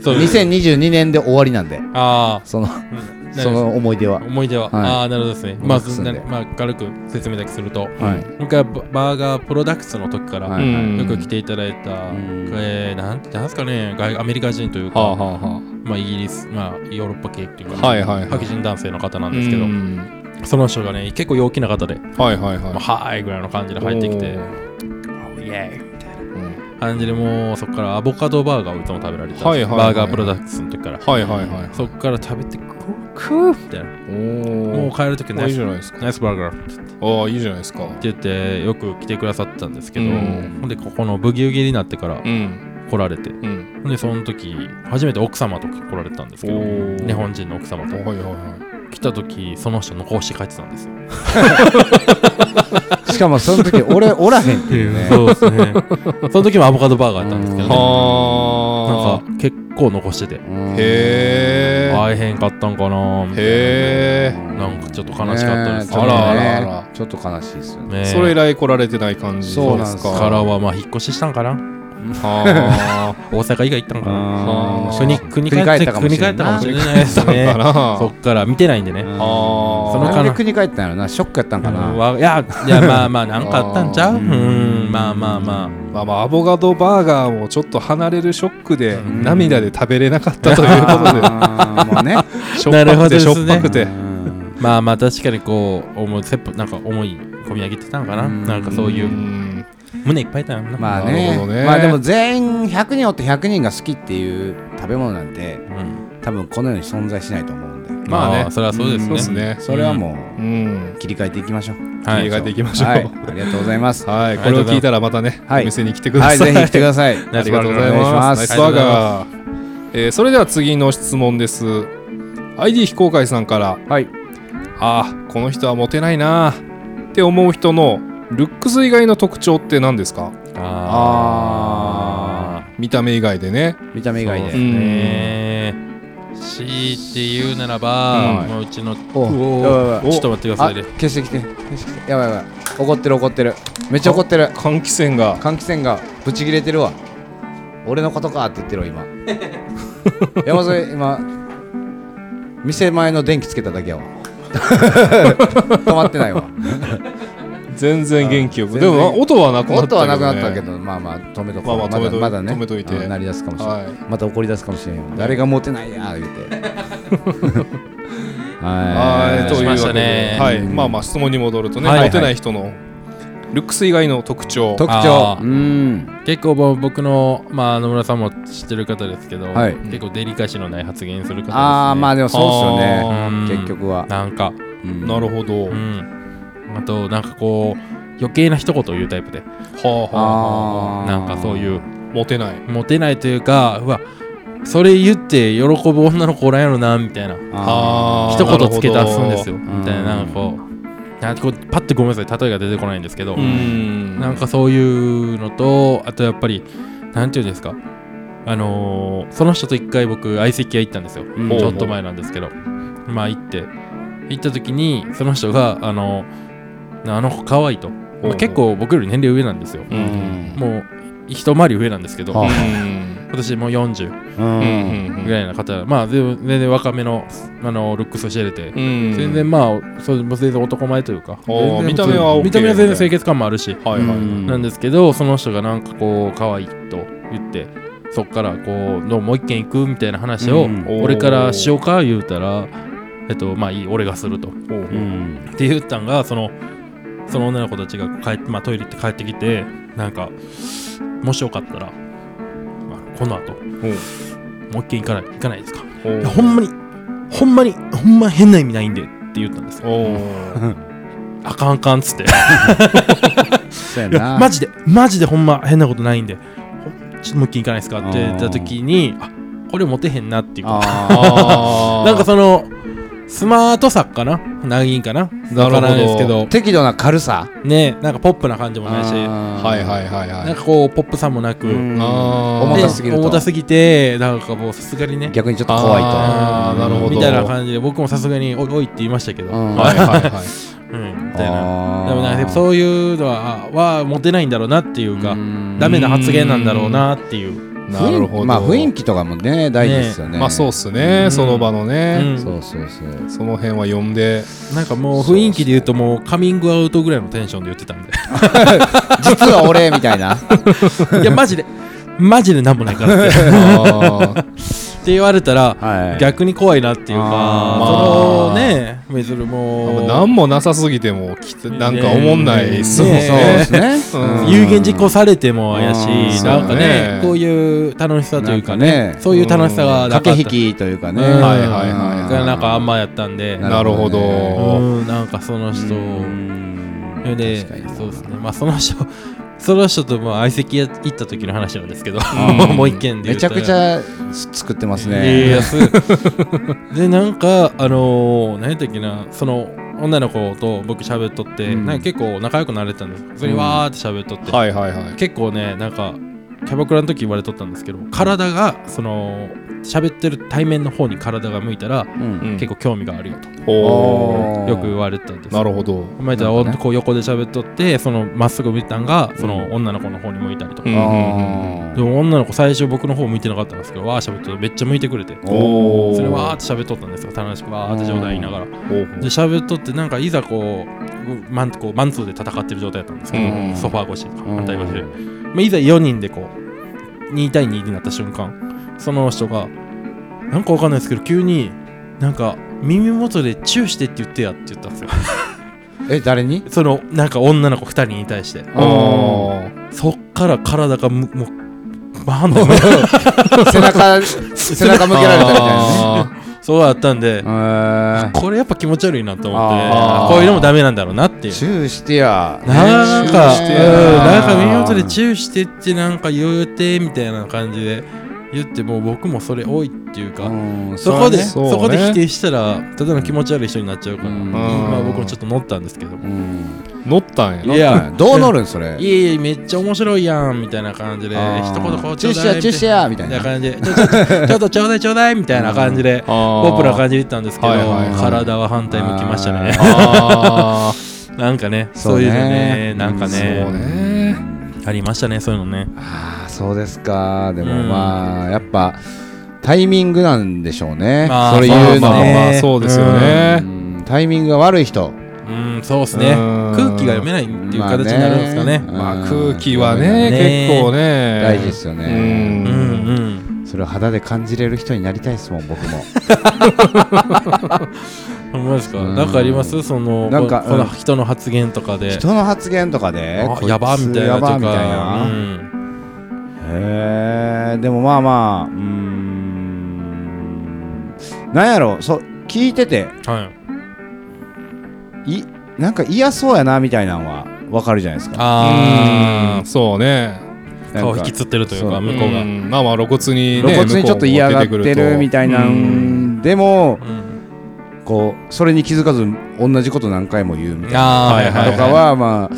[SPEAKER 3] そう
[SPEAKER 1] 2022年で終わりなんで
[SPEAKER 3] あ
[SPEAKER 1] その
[SPEAKER 3] あ、うん
[SPEAKER 1] その思い出は
[SPEAKER 3] 思い出は、
[SPEAKER 1] はい
[SPEAKER 3] ああ、なるほどですね。まあ、
[SPEAKER 1] うまくすんで
[SPEAKER 3] なまあ、軽く説明だけすると、
[SPEAKER 1] はい
[SPEAKER 3] 僕はババーガープロダクツの時から、
[SPEAKER 1] はい
[SPEAKER 2] うん
[SPEAKER 3] よく来ていただいた、
[SPEAKER 1] うん
[SPEAKER 3] えー、なんなんですかね外、アメリカ人というか、
[SPEAKER 2] はあはあは
[SPEAKER 3] まあ、イギリス、まあ、ヨーロッパ系っていう
[SPEAKER 2] あ
[SPEAKER 3] か、
[SPEAKER 2] はいはいはい
[SPEAKER 3] 白人男性の方な
[SPEAKER 2] なん
[SPEAKER 3] ですけど、その人がね、結構陽気な方で、
[SPEAKER 2] はいはいはい、
[SPEAKER 3] まあ、はーいぐらいの感じで入ってきて、
[SPEAKER 2] お
[SPEAKER 3] イエーイみたいな。
[SPEAKER 2] ー
[SPEAKER 3] 感じでもうそこからアボカドバーガーをいつも食べられてたん
[SPEAKER 2] はい
[SPEAKER 3] です
[SPEAKER 2] はいはい
[SPEAKER 3] バーガープロダクツの時から
[SPEAKER 2] はいはいはい
[SPEAKER 3] そこから食べてクーみたいな
[SPEAKER 2] お
[SPEAKER 3] もう
[SPEAKER 2] ー
[SPEAKER 3] 帰る時
[SPEAKER 2] あ
[SPEAKER 3] ナ
[SPEAKER 2] い
[SPEAKER 3] イ
[SPEAKER 2] いじ
[SPEAKER 3] ス
[SPEAKER 2] ゃないですか
[SPEAKER 3] ナイスバーガーって
[SPEAKER 2] ああいいじゃないですかう
[SPEAKER 3] 言ってよく来てくださったんですけど、
[SPEAKER 2] うん
[SPEAKER 3] ほんでここのブギウギになってから
[SPEAKER 2] ん
[SPEAKER 3] 来られて、
[SPEAKER 2] うん
[SPEAKER 3] ほんでその時初めて奥様と来られたんですけど
[SPEAKER 2] おー
[SPEAKER 3] 日本人の奥様
[SPEAKER 2] はい
[SPEAKER 3] と
[SPEAKER 2] はいは
[SPEAKER 3] 来た時その人残して帰ってたんですよ
[SPEAKER 1] しかもその時俺おらへんっていうね
[SPEAKER 3] そうで すねその時もアボカドバーガーやったんですけ
[SPEAKER 1] う
[SPEAKER 2] い
[SPEAKER 3] ど、
[SPEAKER 1] ん
[SPEAKER 3] ね、な
[SPEAKER 2] は
[SPEAKER 3] んか結構残してて
[SPEAKER 1] うん
[SPEAKER 2] あへえ
[SPEAKER 3] 会えへんかったんかなみたいな
[SPEAKER 2] へえ
[SPEAKER 3] なんかちょっと悲しかったです
[SPEAKER 1] ねえちょっとね
[SPEAKER 2] あらあらあら
[SPEAKER 1] ちょっと悲しいっすよね
[SPEAKER 3] ね
[SPEAKER 2] それ以来来られてない感じ
[SPEAKER 1] そう
[SPEAKER 2] で
[SPEAKER 1] なん
[SPEAKER 2] す
[SPEAKER 1] です
[SPEAKER 2] か
[SPEAKER 3] からはまあ引っ越ししたんかな
[SPEAKER 2] あ
[SPEAKER 3] 大阪以外行ったんかな
[SPEAKER 2] あー
[SPEAKER 3] 国国帰って国帰ったかもしれないです
[SPEAKER 2] あだか
[SPEAKER 3] ね
[SPEAKER 2] ら
[SPEAKER 3] そっから見てないんでね
[SPEAKER 1] うん
[SPEAKER 2] あ
[SPEAKER 3] そ
[SPEAKER 2] あ
[SPEAKER 3] の
[SPEAKER 1] なんで国帰ったんやろなショックやったんか
[SPEAKER 3] うん
[SPEAKER 1] な
[SPEAKER 3] わいやいやまあまあなんかあったんちゃう
[SPEAKER 1] あ
[SPEAKER 3] う
[SPEAKER 1] ー
[SPEAKER 3] んまあまあまあ
[SPEAKER 2] まあまあアボカドバーガーもちょっと離れるショックで
[SPEAKER 3] ん
[SPEAKER 2] 涙で食べれなか ったという こと
[SPEAKER 1] あーもうね
[SPEAKER 2] でしょっぱくて
[SPEAKER 3] なるほどです
[SPEAKER 2] し
[SPEAKER 3] ね
[SPEAKER 2] ょっぱくて
[SPEAKER 1] うん
[SPEAKER 3] まあまあ確かにこう思い切羽なんか思い込み上げてたんかな
[SPEAKER 1] うん
[SPEAKER 3] なんかそういううん胸いっぱいだよな
[SPEAKER 1] まあ
[SPEAKER 2] な
[SPEAKER 1] ね
[SPEAKER 2] るほどね
[SPEAKER 1] まあでも全員100人おって100人が好きっていう食べ物なんて
[SPEAKER 3] うん
[SPEAKER 1] 多分この世に存在しないと思うんで
[SPEAKER 2] まあね
[SPEAKER 3] まあそれはそうですね
[SPEAKER 2] そうですね
[SPEAKER 1] それはも
[SPEAKER 2] う
[SPEAKER 1] うん切り替えていきましょう
[SPEAKER 3] は
[SPEAKER 2] 切り替えていきましょう
[SPEAKER 1] はいありがとうござい ます
[SPEAKER 2] はいこれを聞いたらまたねお
[SPEAKER 1] はい
[SPEAKER 2] 店に来てくだ
[SPEAKER 1] はい
[SPEAKER 2] さ
[SPEAKER 1] ぜ
[SPEAKER 2] い
[SPEAKER 1] ひ来てください
[SPEAKER 2] ありがとうござい
[SPEAKER 1] お願いし
[SPEAKER 2] ま
[SPEAKER 1] ますす
[SPEAKER 2] ナイスバーガーえーそれでは次の質問です ID 非公開さんから
[SPEAKER 1] はい
[SPEAKER 2] ああこの人はモテないなーって思う人のルックス以外の特徴って何ですか
[SPEAKER 1] あ
[SPEAKER 3] あ
[SPEAKER 2] 見た目以外でね
[SPEAKER 1] 見た目以外
[SPEAKER 3] ーそうです
[SPEAKER 1] で
[SPEAKER 2] ん
[SPEAKER 3] ねしいって言うならば、
[SPEAKER 1] う
[SPEAKER 3] うんまあ、うちのち
[SPEAKER 1] お
[SPEAKER 2] うお
[SPEAKER 1] やばいやばい
[SPEAKER 3] ょっと待ってくだ
[SPEAKER 1] あ
[SPEAKER 3] さいね
[SPEAKER 1] 消してきて消してきてやばいやばい怒ってる怒ってるめっちゃ怒ってる
[SPEAKER 2] 換気扇が
[SPEAKER 1] 換気扇がブチ切れてるわ俺のことかって言ってるわ今山添今店前の電気つけただけやわ止まってないわ
[SPEAKER 2] 全然元気よ
[SPEAKER 1] あ
[SPEAKER 2] く
[SPEAKER 1] 全
[SPEAKER 2] で
[SPEAKER 1] 然
[SPEAKER 2] も音はなくなったけ
[SPEAKER 1] 音
[SPEAKER 2] ど、ね、
[SPEAKER 1] はなくなったけどまあまあ止めとこう
[SPEAKER 2] まあまあ止めと
[SPEAKER 1] だまだね
[SPEAKER 2] 止めといて
[SPEAKER 1] うん鳴り出すかもしれない、
[SPEAKER 2] はい
[SPEAKER 1] また怒り出すかもしれんよ誰がモテないやー言 うて
[SPEAKER 2] は、
[SPEAKER 1] はい
[SPEAKER 3] えー
[SPEAKER 2] というわけ
[SPEAKER 3] しました
[SPEAKER 2] で、
[SPEAKER 3] ね
[SPEAKER 2] はい、まあまあ質問に戻るとね、
[SPEAKER 3] はい
[SPEAKER 2] モテない人のルックス以外の特徴、
[SPEAKER 1] 特徴
[SPEAKER 3] あ
[SPEAKER 1] うー
[SPEAKER 3] ー
[SPEAKER 1] ん
[SPEAKER 3] 結構まあ僕の、まあ、野村さんも知ってる方ですけど、
[SPEAKER 1] はい
[SPEAKER 3] 結構デリカシーのない発言する方です、ね、
[SPEAKER 1] ああまあでもそうっすよね
[SPEAKER 3] うん
[SPEAKER 1] 結局は、
[SPEAKER 3] なんか、
[SPEAKER 1] うん
[SPEAKER 2] なるほど、
[SPEAKER 3] う
[SPEAKER 2] は
[SPEAKER 3] ん、あとなんかこう余計な一言を言うタイプで
[SPEAKER 2] あはあは
[SPEAKER 1] あー
[SPEAKER 3] なんかそういう
[SPEAKER 2] あモテない
[SPEAKER 3] モテないというかうわそれ言って喜ぶ女の子おらんやろなみたいな
[SPEAKER 1] あー
[SPEAKER 2] あー
[SPEAKER 3] 一言付け出すんですよ
[SPEAKER 1] なるほど
[SPEAKER 3] みたいななんかこうなんかこうパッとごめんなさい例えが出てこないんですけど、
[SPEAKER 2] うん
[SPEAKER 3] なんかそういうのとあとやっぱりなんていうんですかあのーその人と一回僕相席屋行ったんですよ、
[SPEAKER 1] ん
[SPEAKER 3] ちょっと前なんですけどまあ行って行った時にその人があのあの子可愛いと、
[SPEAKER 2] ほうほう
[SPEAKER 3] 結構僕より年齢上なんですよ、
[SPEAKER 2] うん
[SPEAKER 1] うん
[SPEAKER 3] もう一回り上なんですけど、
[SPEAKER 1] はあ
[SPEAKER 2] うん
[SPEAKER 3] 私もう40
[SPEAKER 1] うん
[SPEAKER 2] うん
[SPEAKER 3] ぐらいな方、まあでも全然若めのあのルックスをしてて、
[SPEAKER 2] うん
[SPEAKER 3] 全然まあそう全然男前というか
[SPEAKER 2] おー
[SPEAKER 3] 全然
[SPEAKER 2] 見た目は OK
[SPEAKER 3] 見た目は全然清潔感もあるし、
[SPEAKER 2] はいはい、
[SPEAKER 1] うん
[SPEAKER 3] なんですけどその人がなんかこう可愛いと言ってそっからこうどうもう一軒行くみたいな話を、
[SPEAKER 1] うん
[SPEAKER 3] 俺からしようか言うたらえっとまあいい俺がすると
[SPEAKER 2] ほうほう
[SPEAKER 1] うん
[SPEAKER 3] って言ったんがそのその女の子たちが帰って、まあ、トイレ行って帰ってきてなんかもしよかったら、まあこの後
[SPEAKER 2] ほう
[SPEAKER 3] もう一軒行かない行かないですかい
[SPEAKER 2] ほう
[SPEAKER 3] やほんまにほんまにほんま変な意味ないんでって言ったんですよ
[SPEAKER 2] おー
[SPEAKER 3] あかんあかんっつって
[SPEAKER 1] そうや
[SPEAKER 3] いや
[SPEAKER 1] な
[SPEAKER 3] マジでマジでほんま変なことないんでほんちょっともう一軒行かないですかって言った時にあこれモテへんなっていうか
[SPEAKER 1] あ
[SPEAKER 2] あー
[SPEAKER 3] なんかそのスマートさかな何銀か
[SPEAKER 2] な
[SPEAKER 3] な
[SPEAKER 2] るほど
[SPEAKER 3] わからないですけど
[SPEAKER 1] ー適度な軽さ
[SPEAKER 3] ねなんかポップな感じもないし
[SPEAKER 1] は
[SPEAKER 2] はいはいはいはい
[SPEAKER 3] なんかこうポップさもなく、
[SPEAKER 1] うん
[SPEAKER 2] あー
[SPEAKER 1] 重たすぎる
[SPEAKER 3] で
[SPEAKER 1] と
[SPEAKER 3] 重たすぎてなんかもうさすがにね
[SPEAKER 1] 逆にちょっと怖いと
[SPEAKER 2] あーなるほど
[SPEAKER 3] みたいな感じで僕もさすがにおいおいって言いましたけど、
[SPEAKER 1] うん
[SPEAKER 2] はいはいはい
[SPEAKER 3] うんみたいなでもなんか
[SPEAKER 1] う
[SPEAKER 3] そういうのははモテないんだろうなっていうか
[SPEAKER 1] ん
[SPEAKER 3] ダメな発言なんだろうなっていう
[SPEAKER 2] なるほど。
[SPEAKER 1] まあ雰囲気とかもね大事ですよね
[SPEAKER 2] まあそうっすね、
[SPEAKER 3] うん
[SPEAKER 2] その場のね、
[SPEAKER 3] うん
[SPEAKER 1] そうそうそう
[SPEAKER 2] その辺は呼んで、
[SPEAKER 3] なんかもう雰囲気で言うともうカミングアウトぐらいのテンションで言ってたんで
[SPEAKER 1] 実は俺みたいな
[SPEAKER 3] いやマジでマジでなんもないからってって
[SPEAKER 2] あー
[SPEAKER 3] 言われたら
[SPEAKER 1] はい
[SPEAKER 3] 逆に怖いなっていうか
[SPEAKER 2] あー
[SPEAKER 3] そのねめずるも
[SPEAKER 2] 何もなさすぎてもきつなんか思んないっす
[SPEAKER 1] そう
[SPEAKER 2] もん
[SPEAKER 3] ね
[SPEAKER 2] ね。
[SPEAKER 1] ですね
[SPEAKER 2] うん
[SPEAKER 1] うん
[SPEAKER 3] 有言実行されてもや
[SPEAKER 1] う
[SPEAKER 3] し
[SPEAKER 1] ん
[SPEAKER 3] なんか
[SPEAKER 2] そう
[SPEAKER 3] ね
[SPEAKER 2] ね
[SPEAKER 3] こういう楽しさというか
[SPEAKER 1] なん
[SPEAKER 3] ね
[SPEAKER 1] かね
[SPEAKER 3] そういう楽しさがなか
[SPEAKER 1] 駆
[SPEAKER 3] った
[SPEAKER 1] け引きというかね
[SPEAKER 3] うんはい
[SPEAKER 2] はいはい
[SPEAKER 3] がなんかあんまやったんで
[SPEAKER 2] なるほど。
[SPEAKER 3] うんなんかその人
[SPEAKER 1] 人
[SPEAKER 3] でそうですねまあその人 その人とまあ相席屋行った時の話なんですけど
[SPEAKER 2] ん
[SPEAKER 3] もう一件で言
[SPEAKER 1] め
[SPEAKER 3] う
[SPEAKER 1] ち
[SPEAKER 3] と
[SPEAKER 1] ゃくちゃ作ってます
[SPEAKER 3] いやい
[SPEAKER 1] ね
[SPEAKER 3] やそう でなんかあのー、何やったっけなその女の子と僕喋っとって、
[SPEAKER 1] うん
[SPEAKER 3] なんか結構仲良くなれてたんですそれ
[SPEAKER 1] うん
[SPEAKER 3] わーって喋っとって、
[SPEAKER 2] はいはいはい。
[SPEAKER 3] 結構ねなんかキャバクラの時言われとったんですけど体がその喋ってる対面の方に体が向いたら、
[SPEAKER 1] うん
[SPEAKER 3] 結構興味があるよ
[SPEAKER 2] お
[SPEAKER 1] お
[SPEAKER 3] と
[SPEAKER 1] ー
[SPEAKER 3] よく言われてたんです
[SPEAKER 2] ーなるほど。
[SPEAKER 3] お前たちは
[SPEAKER 1] なんかね
[SPEAKER 3] こう横で喋っとってそのまっすぐ見てたんがその
[SPEAKER 1] う
[SPEAKER 3] 女の子の方に向いたりとか、
[SPEAKER 2] うん
[SPEAKER 1] あ
[SPEAKER 3] で
[SPEAKER 1] ー
[SPEAKER 3] も女の子最初僕の方向いてなかったんですけどわー喋っとってめっちゃ向いてくれて
[SPEAKER 2] おー
[SPEAKER 3] それわーって喋っとったんですよ楽しくわーって冗談言いながらで
[SPEAKER 2] ほうほう
[SPEAKER 3] 喋っとってなんかいざこうマンこうマンツーで戦ってる状態だったんですけ
[SPEAKER 2] うん
[SPEAKER 3] どソファー越し
[SPEAKER 1] うん
[SPEAKER 3] 反対越しで、まあ、いざ4人でこう2対2になった瞬間その人がなんかわかんないですけど急になんか耳元でチューしてって言ってやって言ったんですよ
[SPEAKER 1] え誰に
[SPEAKER 3] そのなんか女の子2人に対して
[SPEAKER 2] あ
[SPEAKER 3] そっから体がむもうバーンと
[SPEAKER 1] 背中背中向けられたみたいなね
[SPEAKER 2] あ
[SPEAKER 3] そうやったんで
[SPEAKER 1] え
[SPEAKER 3] これやっぱ気持ち悪いなと思って
[SPEAKER 1] あ
[SPEAKER 2] ー
[SPEAKER 3] こういうのもダメなんだろうなってい
[SPEAKER 1] ー
[SPEAKER 3] う
[SPEAKER 1] チューしてや
[SPEAKER 3] なん
[SPEAKER 1] ね
[SPEAKER 3] か、
[SPEAKER 1] チュー
[SPEAKER 3] うん
[SPEAKER 1] してや
[SPEAKER 3] なんか耳元でチューしてってなんか言うてみたいな感じで言ってもう僕もそれ多いっていうか、
[SPEAKER 1] うん
[SPEAKER 3] そこで
[SPEAKER 1] れはね
[SPEAKER 3] そ,、
[SPEAKER 2] そうね
[SPEAKER 3] こで否定したらただの気持ち悪い人になっちゃうから、
[SPEAKER 1] うん
[SPEAKER 3] まあ僕もちょっと乗ったんですけど、
[SPEAKER 1] うん
[SPEAKER 2] ー乗ったんや
[SPEAKER 3] いや
[SPEAKER 1] どう乗るんそれ
[SPEAKER 3] いえいえめっちゃ面白いやんみたいな感じで
[SPEAKER 1] あー
[SPEAKER 3] 一言こう
[SPEAKER 1] チュッシャーチュッシャーみたいな
[SPEAKER 3] 感じでちょちょちょっとちょうだいちょうだいみたいな感じでポップな感じで言ったんですけど
[SPEAKER 2] はいはいはい
[SPEAKER 3] 体は反対向きましたね
[SPEAKER 2] あー
[SPEAKER 3] なんかね
[SPEAKER 1] そ
[SPEAKER 3] そうう
[SPEAKER 1] ね
[SPEAKER 3] いうの ねなんか
[SPEAKER 2] そう
[SPEAKER 3] ね
[SPEAKER 2] ね
[SPEAKER 3] ありましたねそういうのね
[SPEAKER 1] ああそうですかでも
[SPEAKER 3] うん
[SPEAKER 1] まあやっぱタイミングなんでしょうね
[SPEAKER 3] まあ
[SPEAKER 1] それ
[SPEAKER 2] ま
[SPEAKER 1] 言
[SPEAKER 2] あ
[SPEAKER 1] う
[SPEAKER 2] ま
[SPEAKER 1] の
[SPEAKER 2] あまあまあ
[SPEAKER 3] ね
[SPEAKER 2] そうですよね
[SPEAKER 1] うんタイミングが悪い人
[SPEAKER 3] うんそうですね
[SPEAKER 2] うん
[SPEAKER 3] 空気が読めないっていう
[SPEAKER 1] まあね
[SPEAKER 3] 形になるんですかね
[SPEAKER 2] ま
[SPEAKER 1] う
[SPEAKER 2] あ
[SPEAKER 1] ん
[SPEAKER 2] 空気は
[SPEAKER 3] うん
[SPEAKER 2] ね結構ね
[SPEAKER 1] 大事ですよ
[SPEAKER 2] う
[SPEAKER 1] ね
[SPEAKER 2] ん
[SPEAKER 3] うんうん
[SPEAKER 1] それを肌で感じれる人になりたいですもん僕 も
[SPEAKER 3] ほんまですか
[SPEAKER 1] うん
[SPEAKER 3] なんかありますその
[SPEAKER 1] なんか
[SPEAKER 3] ここ
[SPEAKER 1] うん
[SPEAKER 3] の人の発言とかで
[SPEAKER 1] 人の発言とかで
[SPEAKER 3] あ
[SPEAKER 1] こいつ
[SPEAKER 3] やばみたいな
[SPEAKER 1] や
[SPEAKER 3] とか
[SPEAKER 1] ばみたいな
[SPEAKER 3] うん
[SPEAKER 1] へえでもまあまあうーんなんやろそう聞いてて
[SPEAKER 3] はい
[SPEAKER 1] いなんか嫌そうやなみたいなのはわかるじゃないですか
[SPEAKER 3] あ
[SPEAKER 2] うんそうね
[SPEAKER 3] あ
[SPEAKER 1] なん
[SPEAKER 3] 顔
[SPEAKER 1] か
[SPEAKER 3] 引きつってるという
[SPEAKER 1] そ
[SPEAKER 3] か
[SPEAKER 1] う
[SPEAKER 3] 向こうが
[SPEAKER 2] んまあまあ露骨にね
[SPEAKER 1] 露骨にちょっと嫌がってるみたいな
[SPEAKER 2] 向こうも出てくる
[SPEAKER 1] んでも
[SPEAKER 3] うん
[SPEAKER 1] こうそれに気づかず同じこと何回も言うみたいな
[SPEAKER 3] あーはいはい
[SPEAKER 1] とかはま
[SPEAKER 3] は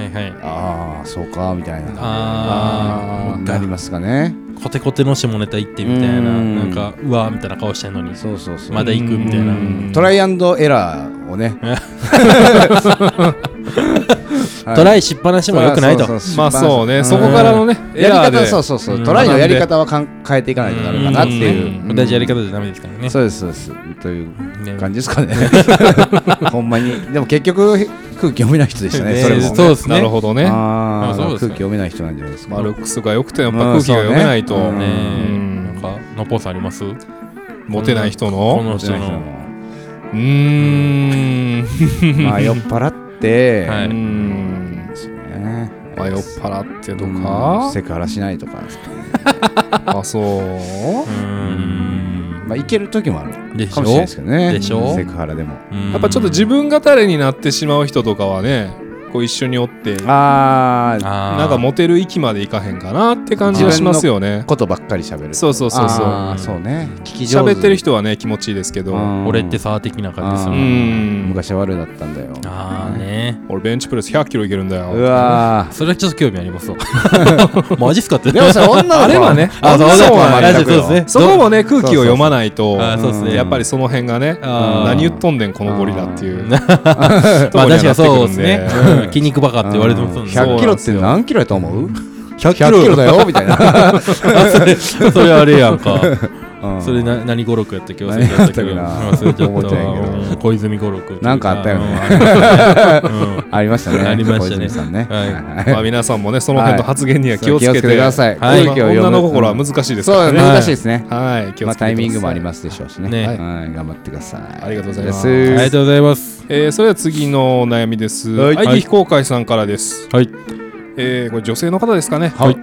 [SPEAKER 3] いはい
[SPEAKER 1] あああそうかみたいな
[SPEAKER 3] あ
[SPEAKER 1] なり
[SPEAKER 3] あ
[SPEAKER 1] ますかね
[SPEAKER 3] コテコテの下ネタ行ってみたいな
[SPEAKER 1] うん
[SPEAKER 3] なんかうわーみたいな顔してんのに
[SPEAKER 1] そうそうそう
[SPEAKER 3] まだ行くみたいな
[SPEAKER 2] うん
[SPEAKER 1] トライアンドエラーをね はい
[SPEAKER 3] トライしっぱなしも良くないと
[SPEAKER 1] そうそう
[SPEAKER 2] まあそうね
[SPEAKER 1] ん
[SPEAKER 2] そこからのねエ
[SPEAKER 1] やり
[SPEAKER 2] ラーで
[SPEAKER 1] 方そうそうそう
[SPEAKER 3] うん
[SPEAKER 1] トライのやり方はかん変えていかないとダメかなっていう
[SPEAKER 3] うん同じやり方じゃダメですからね
[SPEAKER 1] そうですそうですという
[SPEAKER 3] ね
[SPEAKER 1] 感じですかねほんまにでも結局空気読めない人でしたね
[SPEAKER 3] ね
[SPEAKER 1] それも
[SPEAKER 3] そうですね
[SPEAKER 2] なるほどね
[SPEAKER 1] あ
[SPEAKER 3] あ
[SPEAKER 1] あ
[SPEAKER 3] そう
[SPEAKER 1] 空
[SPEAKER 3] で
[SPEAKER 1] 気
[SPEAKER 3] すか
[SPEAKER 1] 読めない人なんじゃないです
[SPEAKER 2] まあ
[SPEAKER 1] か
[SPEAKER 2] ルックスが良くてやっぱ空気が読めないと、
[SPEAKER 1] うんそう
[SPEAKER 3] ねえ
[SPEAKER 2] うん
[SPEAKER 3] なんかのぽさんあります
[SPEAKER 2] モテない人
[SPEAKER 3] こ
[SPEAKER 2] の
[SPEAKER 3] の人
[SPEAKER 1] 読
[SPEAKER 3] の
[SPEAKER 1] め
[SPEAKER 2] うー
[SPEAKER 1] ない人も
[SPEAKER 2] ん
[SPEAKER 1] まあ酔っ払って
[SPEAKER 3] は
[SPEAKER 2] う
[SPEAKER 3] い
[SPEAKER 2] ん
[SPEAKER 1] ですね
[SPEAKER 2] まあ酔っ払ってと
[SPEAKER 1] うん
[SPEAKER 2] か
[SPEAKER 1] セクハラしないとかですかね
[SPEAKER 2] あそう
[SPEAKER 3] うーん
[SPEAKER 1] まあいける時もあるか
[SPEAKER 3] でし
[SPEAKER 1] もしれない
[SPEAKER 3] ょ
[SPEAKER 1] ですけどね
[SPEAKER 3] でしょ
[SPEAKER 1] セクハラでも
[SPEAKER 2] やっぱちょっと自分語りになってしまう人とかはねこう一緒におって
[SPEAKER 1] ああ
[SPEAKER 2] な
[SPEAKER 3] なん
[SPEAKER 2] かモテる域までいかへんかなって感じはしますよね
[SPEAKER 1] ことばっかり喋る
[SPEAKER 2] そうそうそうそう
[SPEAKER 1] あーそうね聞き上手
[SPEAKER 2] 喋ってる人はね気持ちいいですけど
[SPEAKER 1] うん
[SPEAKER 3] 俺ってさー的な感じです
[SPEAKER 1] う
[SPEAKER 3] よ
[SPEAKER 2] うん
[SPEAKER 3] ね
[SPEAKER 2] ん
[SPEAKER 1] 昔は悪だったんだよ
[SPEAKER 3] ああね
[SPEAKER 2] 俺ベンチプレス100キロいけるんだ
[SPEAKER 1] う
[SPEAKER 2] よ
[SPEAKER 1] わ
[SPEAKER 3] それはちょっと興味あります わマジっすかって
[SPEAKER 1] ーでもそれ女の子は
[SPEAKER 2] あれはね
[SPEAKER 3] あそう
[SPEAKER 1] 女の子
[SPEAKER 3] そう
[SPEAKER 1] は
[SPEAKER 3] なん
[SPEAKER 1] 全くよ
[SPEAKER 3] そうですね
[SPEAKER 2] そこもね空気を読まないと
[SPEAKER 3] あーそうです
[SPEAKER 1] うん
[SPEAKER 3] ね
[SPEAKER 2] やっぱりその辺がね
[SPEAKER 3] あー
[SPEAKER 2] 何言っとんねんこのゴリラって いう
[SPEAKER 3] なまあ確かにそうですね。うん筋肉バカって言われてますもんね。
[SPEAKER 1] 100キロって何キロやと思う
[SPEAKER 3] 100
[SPEAKER 1] ?100 キロだよみたいな
[SPEAKER 3] それ、それあれやんか。
[SPEAKER 1] うん
[SPEAKER 3] それな何語録やったっけ忘れちゃったけど。
[SPEAKER 1] 何や
[SPEAKER 3] 忘
[SPEAKER 1] ったっけな
[SPEAKER 3] れちゃっ
[SPEAKER 1] 覚えてないけど
[SPEAKER 3] たうん小泉語録。
[SPEAKER 1] なんかあったよね
[SPEAKER 3] うん。
[SPEAKER 1] ありましたね
[SPEAKER 3] ありました
[SPEAKER 1] 小
[SPEAKER 3] ね
[SPEAKER 1] 泉さんね
[SPEAKER 3] はい
[SPEAKER 2] まあ皆さんもねその辺の発言には気をつけて
[SPEAKER 1] そうください
[SPEAKER 3] はい
[SPEAKER 1] 空気を読む
[SPEAKER 2] 女の心は難しいですか
[SPEAKER 1] そ
[SPEAKER 2] ら
[SPEAKER 1] う
[SPEAKER 2] ね
[SPEAKER 1] 難しいですね
[SPEAKER 2] はい気を
[SPEAKER 1] まあ
[SPEAKER 2] つけてくださ
[SPEAKER 1] タイミングもあり
[SPEAKER 2] す
[SPEAKER 1] ますでしょうしね
[SPEAKER 3] ね
[SPEAKER 1] はいはい頑張ってください
[SPEAKER 2] ありがとうございます
[SPEAKER 3] あ
[SPEAKER 1] で
[SPEAKER 3] りがとうございます。
[SPEAKER 2] えーそれでは次のお悩みです、
[SPEAKER 1] はい
[SPEAKER 2] IT 非公開さんからです、
[SPEAKER 3] はい。
[SPEAKER 2] えーこれ女性の方ですかね
[SPEAKER 3] はい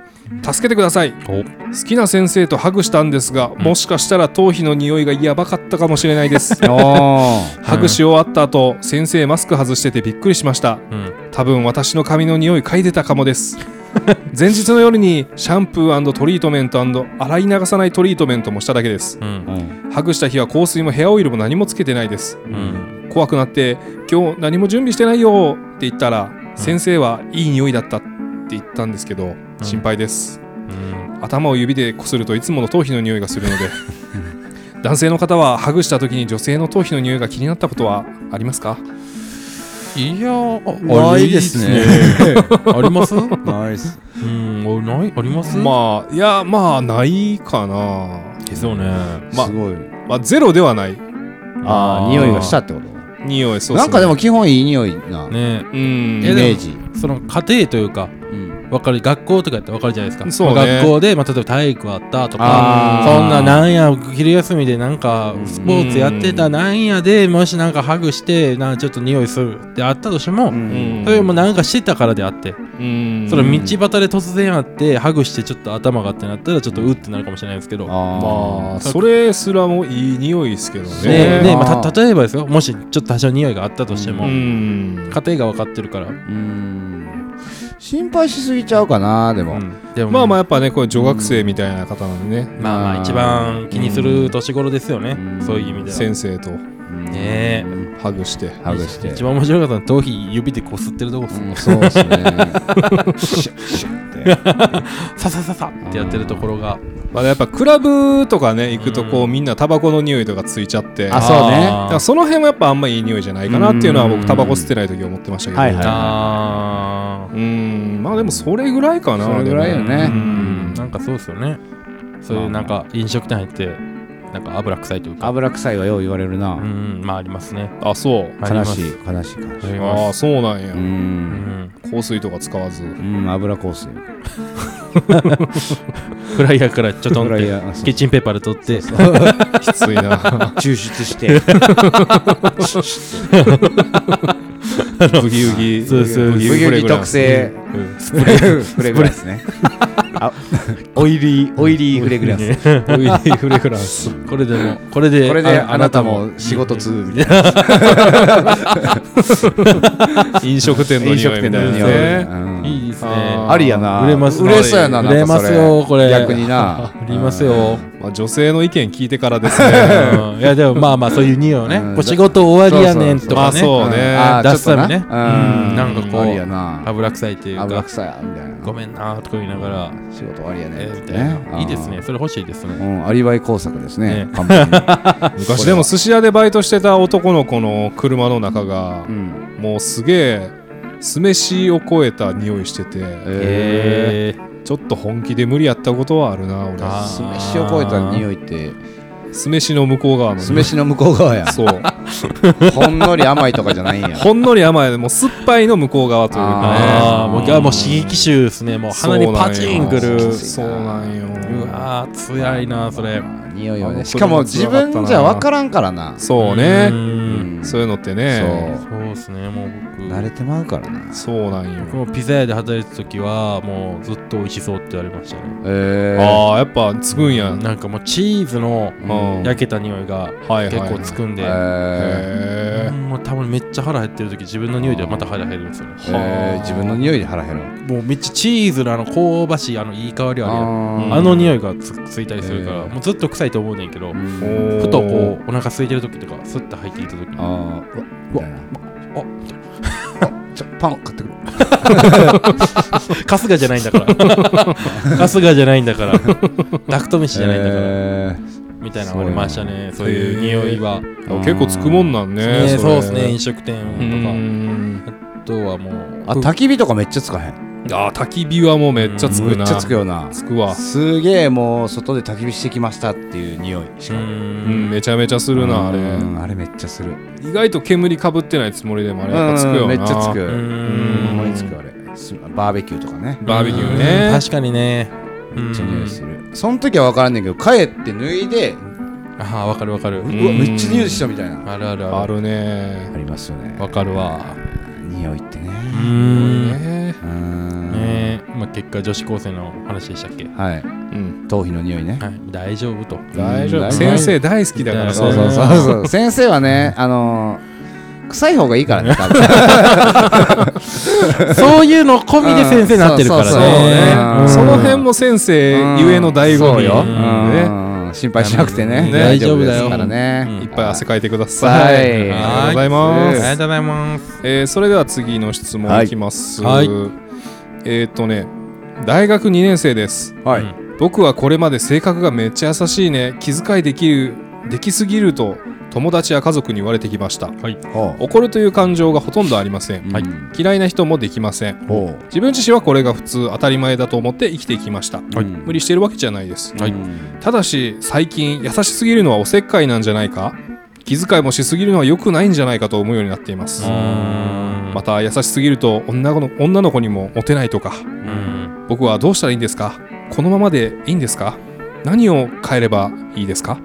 [SPEAKER 2] 助けてください
[SPEAKER 3] お
[SPEAKER 2] 好きな先生とハグしたんですが、もしかしたら頭皮の匂いがやばかったかもしれないです
[SPEAKER 1] おー
[SPEAKER 2] ハグし終わった後先生マスク外しててびっくりしました
[SPEAKER 3] うん。
[SPEAKER 2] 多分私の髪の匂い嗅いでたかもです 前日の夜にシャンプートリートメント洗い流さないトリートメントもしただけです
[SPEAKER 3] うん。
[SPEAKER 1] うん
[SPEAKER 2] ハグした日は香水もヘアオイルも何もつけてないです
[SPEAKER 3] うん。
[SPEAKER 2] 怖くなって「今日何も準備してないよ」って言ったら、先生はいい匂いだったって言ったんですけど、心配です
[SPEAKER 3] うん
[SPEAKER 2] 頭を指でこするといつもの頭皮の匂いがするので男性の方はハグした時に女性の頭皮の匂いが気になったことはありますか
[SPEAKER 3] いやー、
[SPEAKER 1] ないですね
[SPEAKER 3] あります
[SPEAKER 1] ナイス
[SPEAKER 3] うん、おない、あります
[SPEAKER 2] まあいやまあないかな、
[SPEAKER 3] ですよね。
[SPEAKER 2] まあ
[SPEAKER 1] すごい
[SPEAKER 2] まあ、ゼロではない
[SPEAKER 1] ああ匂いがしたってこと
[SPEAKER 2] 匂いそうっ
[SPEAKER 1] な
[SPEAKER 2] すね
[SPEAKER 1] んかでも基本いい匂いなイ
[SPEAKER 3] ね
[SPEAKER 2] うん
[SPEAKER 3] え
[SPEAKER 1] メージ
[SPEAKER 3] その家庭というか、
[SPEAKER 1] うん
[SPEAKER 3] わかる学校とかやったらわかるじゃないですか
[SPEAKER 2] そうね
[SPEAKER 3] まあ学校で、まあ、例えば体育あったと
[SPEAKER 1] あ
[SPEAKER 3] か
[SPEAKER 1] ー
[SPEAKER 3] そんななんや昼休みでなんかスポーツやって
[SPEAKER 2] う
[SPEAKER 3] た
[SPEAKER 2] ん
[SPEAKER 3] なんやでもしなんかハグしてなんかちょっと匂いするってあったとしても、
[SPEAKER 2] ん
[SPEAKER 3] それもなんかしてたからであって、
[SPEAKER 2] うん
[SPEAKER 3] その道端で突然あってハグしてちょっと頭がってなったらちょっとうってなるかもしれないですけど、
[SPEAKER 2] ま
[SPEAKER 1] あ
[SPEAKER 2] あそれすらもいい匂いですけど
[SPEAKER 1] そう
[SPEAKER 2] ね
[SPEAKER 3] ねねま
[SPEAKER 1] あ
[SPEAKER 3] あ、た例えばですよもしちょっと多少匂いがあったとしても、
[SPEAKER 2] うん
[SPEAKER 3] 家庭が分かってるから、
[SPEAKER 1] あうん心配しすぎちゃうかなでも
[SPEAKER 3] うんでも
[SPEAKER 2] まあまあやっぱねこれ女学生みたいな方なんでね、
[SPEAKER 3] まあまあ一番気にする年頃ですよね、
[SPEAKER 1] うん
[SPEAKER 3] そういう意味では。
[SPEAKER 2] 先生と
[SPEAKER 1] うん
[SPEAKER 3] ねえ
[SPEAKER 2] ハグして
[SPEAKER 1] ハグして
[SPEAKER 3] 一番面白かったのは頭皮指でこすってるとこっす
[SPEAKER 1] うんそうですねシュッシュッって
[SPEAKER 3] ささささってやってるところが
[SPEAKER 2] まだやっぱクラブとかね行くとこうみんなタバコの匂いとかついちゃって
[SPEAKER 1] あそうね
[SPEAKER 2] だ
[SPEAKER 3] あ
[SPEAKER 2] から
[SPEAKER 3] ー
[SPEAKER 2] その辺はやっぱあんまいい匂いじゃないかなっていうのは
[SPEAKER 3] う
[SPEAKER 2] 僕
[SPEAKER 3] ん
[SPEAKER 2] タバコ吸ってない時思ってましたけど、
[SPEAKER 1] はいはい
[SPEAKER 3] あー
[SPEAKER 2] うんまあでもそれぐらいかな
[SPEAKER 1] それぐらいよね
[SPEAKER 2] でもうん
[SPEAKER 3] なんかそうですよねそういうなんか飲食店入ってなんか油臭いというか
[SPEAKER 1] 油臭いはよう言われるな、
[SPEAKER 3] うんまあありますね
[SPEAKER 2] あそう
[SPEAKER 3] あ
[SPEAKER 1] 悲
[SPEAKER 3] ります
[SPEAKER 1] しい悲しい悲し
[SPEAKER 3] あ
[SPEAKER 1] い
[SPEAKER 3] り
[SPEAKER 2] あ
[SPEAKER 3] ま
[SPEAKER 2] あ
[SPEAKER 3] す
[SPEAKER 2] そうなんや、
[SPEAKER 1] うん
[SPEAKER 2] 香水とか使わず
[SPEAKER 1] うん油香水
[SPEAKER 3] フライヤーからちょっと
[SPEAKER 1] フ
[SPEAKER 3] んっ
[SPEAKER 1] ライ
[SPEAKER 3] て
[SPEAKER 1] ヤーあ そう
[SPEAKER 3] キッチンペーパーで取って
[SPEAKER 2] きついな
[SPEAKER 1] 抽出して
[SPEAKER 2] ブギウギ
[SPEAKER 3] そうそう
[SPEAKER 2] ブギ
[SPEAKER 1] ブ
[SPEAKER 2] ウ
[SPEAKER 1] ギ
[SPEAKER 2] ギフ
[SPEAKER 1] ウ
[SPEAKER 2] レ
[SPEAKER 1] ギ
[SPEAKER 2] グラ
[SPEAKER 1] 特
[SPEAKER 2] ンス
[SPEAKER 1] 製
[SPEAKER 3] うん
[SPEAKER 1] フレフレグランスねあオイリーオイリーフレグランス
[SPEAKER 2] ブギウギフレグランス
[SPEAKER 3] これでもこれで
[SPEAKER 1] これであなたも仕事通みたい
[SPEAKER 2] 飲食店
[SPEAKER 1] な
[SPEAKER 2] の
[SPEAKER 1] 飲
[SPEAKER 2] 匂
[SPEAKER 1] 食
[SPEAKER 2] い
[SPEAKER 1] 店
[SPEAKER 2] みた
[SPEAKER 1] の匂い
[SPEAKER 2] いなね
[SPEAKER 1] うん
[SPEAKER 3] いいです
[SPEAKER 2] あ
[SPEAKER 3] ね
[SPEAKER 2] ー
[SPEAKER 1] ありやな
[SPEAKER 3] 売れます
[SPEAKER 1] 売れそうやな
[SPEAKER 3] 売れますよこれ
[SPEAKER 1] 逆にな
[SPEAKER 3] ありますよ
[SPEAKER 2] まあ、女性の意見聞いてからですね
[SPEAKER 3] うんいやでもまあまあそういう匂いをね
[SPEAKER 1] うん
[SPEAKER 3] こう仕事終わりやねんとかね
[SPEAKER 2] そうそうそうそうね
[SPEAKER 1] あー
[SPEAKER 3] 出すためね
[SPEAKER 1] ちょっとな
[SPEAKER 3] うんなんかこう
[SPEAKER 1] ありやな
[SPEAKER 3] 油臭いっていう
[SPEAKER 1] 油
[SPEAKER 3] か
[SPEAKER 1] 臭いみたいな
[SPEAKER 3] ごめんなーとか言いながら
[SPEAKER 1] 仕事終わりやね
[SPEAKER 3] えー
[SPEAKER 1] っ
[SPEAKER 3] み
[SPEAKER 1] て
[SPEAKER 3] たいな
[SPEAKER 1] ね
[SPEAKER 3] いいですねそれ欲しいです
[SPEAKER 1] う
[SPEAKER 3] ね
[SPEAKER 1] んアリバイ工作ですね
[SPEAKER 3] ね
[SPEAKER 1] 完璧に
[SPEAKER 2] 昔でも寿司屋でバイトしてた男の子の車の中が
[SPEAKER 1] う、ん
[SPEAKER 2] もうすげえ酢飯を超えた匂いしてて、
[SPEAKER 1] え
[SPEAKER 3] え
[SPEAKER 2] ちょっと本気で無理やったことはあるな俺
[SPEAKER 1] ー
[SPEAKER 3] あ
[SPEAKER 1] 酢飯を超えた匂いって
[SPEAKER 2] 酢飯の向こう側のね
[SPEAKER 1] 酢飯の向こう側や
[SPEAKER 2] そう
[SPEAKER 1] ほんのり甘いとかじゃないんや
[SPEAKER 2] ほんのり甘いもう酸っぱいの向こう側というか
[SPEAKER 3] あ
[SPEAKER 1] ー
[SPEAKER 3] あもう
[SPEAKER 1] うん
[SPEAKER 3] あもう刺激臭ですねもう
[SPEAKER 2] ね
[SPEAKER 3] 鼻にパチンく
[SPEAKER 1] そうなん
[SPEAKER 3] る
[SPEAKER 1] よ
[SPEAKER 2] そうなんよ
[SPEAKER 3] うわー強いなそれ
[SPEAKER 1] 匂いは
[SPEAKER 2] あの
[SPEAKER 1] ねしかも自分じゃ分からんからな
[SPEAKER 2] そうね
[SPEAKER 3] う
[SPEAKER 1] うんん
[SPEAKER 2] そういうのってね
[SPEAKER 1] そ
[SPEAKER 3] そうですねもう僕
[SPEAKER 1] 慣れてまうからな
[SPEAKER 2] そうなん
[SPEAKER 3] 僕
[SPEAKER 2] よ
[SPEAKER 3] もピザ屋で働いてた時はもうずっと美味しそうって言われましたね
[SPEAKER 1] えー
[SPEAKER 2] ああやっぱつくんや
[SPEAKER 3] なんかもうチーズの
[SPEAKER 1] うん
[SPEAKER 3] 焼けた匂いが
[SPEAKER 2] はいはい
[SPEAKER 3] 結
[SPEAKER 2] はい
[SPEAKER 3] 構つくんで、
[SPEAKER 1] え
[SPEAKER 2] へ
[SPEAKER 3] もうたまにめっちゃ腹減ってる時自分の匂いでまた腹減るんですよね
[SPEAKER 1] ーえー自分の匂いで腹減る
[SPEAKER 3] もうめっちゃチーズのあの香ばしいあのいい香りあるやん
[SPEAKER 2] ー
[SPEAKER 3] あの匂いがつついたりするから、
[SPEAKER 1] へー
[SPEAKER 3] もうずっと臭いと思うねんけど、
[SPEAKER 2] えおー
[SPEAKER 3] ふとこうお腹空いてる時とかスッと入っていた時に
[SPEAKER 1] ああみたいな
[SPEAKER 3] わ
[SPEAKER 1] あ ちょパン買ってくる
[SPEAKER 3] 春日じゃないんだから春日じゃないんだからダクト飯じゃないんだから、
[SPEAKER 1] え
[SPEAKER 3] みたいなのありましたねそういう匂いは、
[SPEAKER 2] ー結構つくもんなんね
[SPEAKER 3] ね、
[SPEAKER 2] れ
[SPEAKER 3] そうですね飲食
[SPEAKER 2] う
[SPEAKER 3] 店
[SPEAKER 2] ん
[SPEAKER 3] とかあとはもう
[SPEAKER 1] ーあ焚き火とかめっちゃつかへん
[SPEAKER 2] あー焚き火はもうめっちゃつ
[SPEAKER 1] め
[SPEAKER 2] くな
[SPEAKER 1] っちゃつくよな
[SPEAKER 2] つくわ
[SPEAKER 1] すげえもう外で焚き火してきましたっていう匂いし
[SPEAKER 3] う
[SPEAKER 1] か
[SPEAKER 2] うんんめちゃめちゃするなあれ
[SPEAKER 1] うんあれめっちゃする
[SPEAKER 2] 意外と煙かぶってないつもりでもあれやっぱつく
[SPEAKER 1] う
[SPEAKER 2] よ
[SPEAKER 1] んめ
[SPEAKER 2] な
[SPEAKER 1] っちゃつく
[SPEAKER 3] う
[SPEAKER 1] うん
[SPEAKER 3] ん
[SPEAKER 1] ほんまにつくあれすバーベキューとかね
[SPEAKER 2] バーベキュー
[SPEAKER 3] うん
[SPEAKER 2] ね
[SPEAKER 3] 確かにね
[SPEAKER 1] めっちゃ匂いするその時は分からんねんけど帰って脱いで
[SPEAKER 3] ああわかるわかる、
[SPEAKER 2] ん
[SPEAKER 1] うわめっちゃ匂いしたみたいな
[SPEAKER 3] あるあるあ
[SPEAKER 2] あ
[SPEAKER 3] る
[SPEAKER 2] るね
[SPEAKER 1] ありますよね
[SPEAKER 3] わかるわ
[SPEAKER 1] 匂いってね
[SPEAKER 3] うーんね
[SPEAKER 2] ね
[SPEAKER 1] うーん
[SPEAKER 3] えまあ、結果女子高生の話でしたっけ、は
[SPEAKER 1] はい
[SPEAKER 2] うん
[SPEAKER 1] 頭皮の匂いね
[SPEAKER 3] い、大丈夫と
[SPEAKER 2] 大丈
[SPEAKER 1] う
[SPEAKER 2] 夫
[SPEAKER 1] ん
[SPEAKER 2] 先生大好きだから
[SPEAKER 3] そ
[SPEAKER 1] そうう
[SPEAKER 2] ね
[SPEAKER 1] そうそうそう先生はねあのー臭い方がいいからね多分
[SPEAKER 3] そういうの込みで先生になってるからね
[SPEAKER 1] そうう
[SPEAKER 2] ね
[SPEAKER 1] ん
[SPEAKER 2] その辺も先生ゆえの醍醐
[SPEAKER 1] そう
[SPEAKER 2] 味
[SPEAKER 1] よ
[SPEAKER 2] よ
[SPEAKER 1] う
[SPEAKER 2] ね
[SPEAKER 1] ん心配しなくてね
[SPEAKER 2] ね
[SPEAKER 1] 大丈夫ですからね
[SPEAKER 3] うん
[SPEAKER 2] いっぱい汗かいてくだ
[SPEAKER 1] は
[SPEAKER 2] さい
[SPEAKER 1] い
[SPEAKER 2] ありがとうござい
[SPEAKER 1] あ
[SPEAKER 2] ま
[SPEAKER 1] り
[SPEAKER 2] す
[SPEAKER 1] が
[SPEAKER 3] とうございます
[SPEAKER 2] えーそれでは次の質問いきます、
[SPEAKER 3] はい
[SPEAKER 2] えーっ、とね大学2年生です
[SPEAKER 1] はい
[SPEAKER 3] うん
[SPEAKER 2] 僕はこれまで性格がめっちゃ優しいね気遣いできるできすぎると友達や家族に言われてきました
[SPEAKER 1] ほう
[SPEAKER 2] 怒るという感情がほとんどありません
[SPEAKER 3] はい
[SPEAKER 1] うん
[SPEAKER 2] 嫌いな人もできません
[SPEAKER 1] ほ
[SPEAKER 2] 自分自身はこれが普通当たり前だと思って生きてきました、
[SPEAKER 1] はい
[SPEAKER 2] 無理してるわけじゃないです、
[SPEAKER 1] う
[SPEAKER 2] ただし最近優しすぎるのはおせっかいなんじゃないか気遣いもしすぎるのは良くないんじゃないかと思うようになっていますまた優しすぎると女の子女の子にもモテないとか
[SPEAKER 3] うん
[SPEAKER 2] 僕はどうしたらいいんですかこのままでいいんですか何を変えればいいですか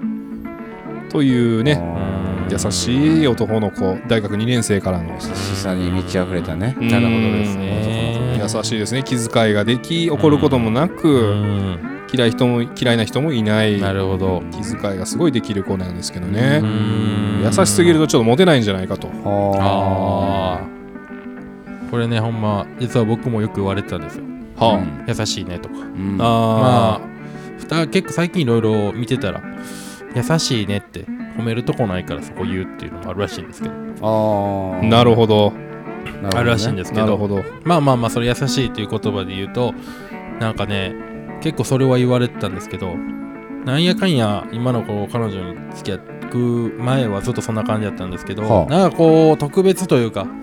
[SPEAKER 2] というね
[SPEAKER 3] うん
[SPEAKER 2] 優しい男の子大学2年生からの
[SPEAKER 1] 優しさに満ち溢れたね
[SPEAKER 2] うん
[SPEAKER 3] なるほどですね
[SPEAKER 2] 優しいですね気遣いができ怒ることもな
[SPEAKER 3] う
[SPEAKER 2] く
[SPEAKER 3] ん
[SPEAKER 2] 嫌い人も嫌いな人もいない
[SPEAKER 3] なるほど
[SPEAKER 2] 気遣いがすごいできる子なんですけどね
[SPEAKER 3] うん
[SPEAKER 2] 優しすぎるとちょっとモテないんじゃないかと
[SPEAKER 1] ほう
[SPEAKER 3] ああこれねほんま実は僕もよく言われてたんですよ
[SPEAKER 1] う
[SPEAKER 2] は
[SPEAKER 1] ん
[SPEAKER 3] 優しいねとか
[SPEAKER 1] うん
[SPEAKER 2] あ
[SPEAKER 3] まあふた結構最近いろいろ見てたら優しいねって褒めるとこないからそこ言うっていうのもあるらしいんですけど
[SPEAKER 1] ああ
[SPEAKER 2] なるほど
[SPEAKER 1] な
[SPEAKER 3] あるらしいん
[SPEAKER 1] で
[SPEAKER 3] ですけ
[SPEAKER 2] な
[SPEAKER 3] ど
[SPEAKER 2] るほど
[SPEAKER 3] まあまあまあそれ優しいという言葉で言うとなんかね結構それは言われてたんですけどなんやかんや今のこう彼女に付き合う前はずっとそんな感じだったんですけど、
[SPEAKER 1] はあ
[SPEAKER 3] なんかこう特別というか
[SPEAKER 2] うん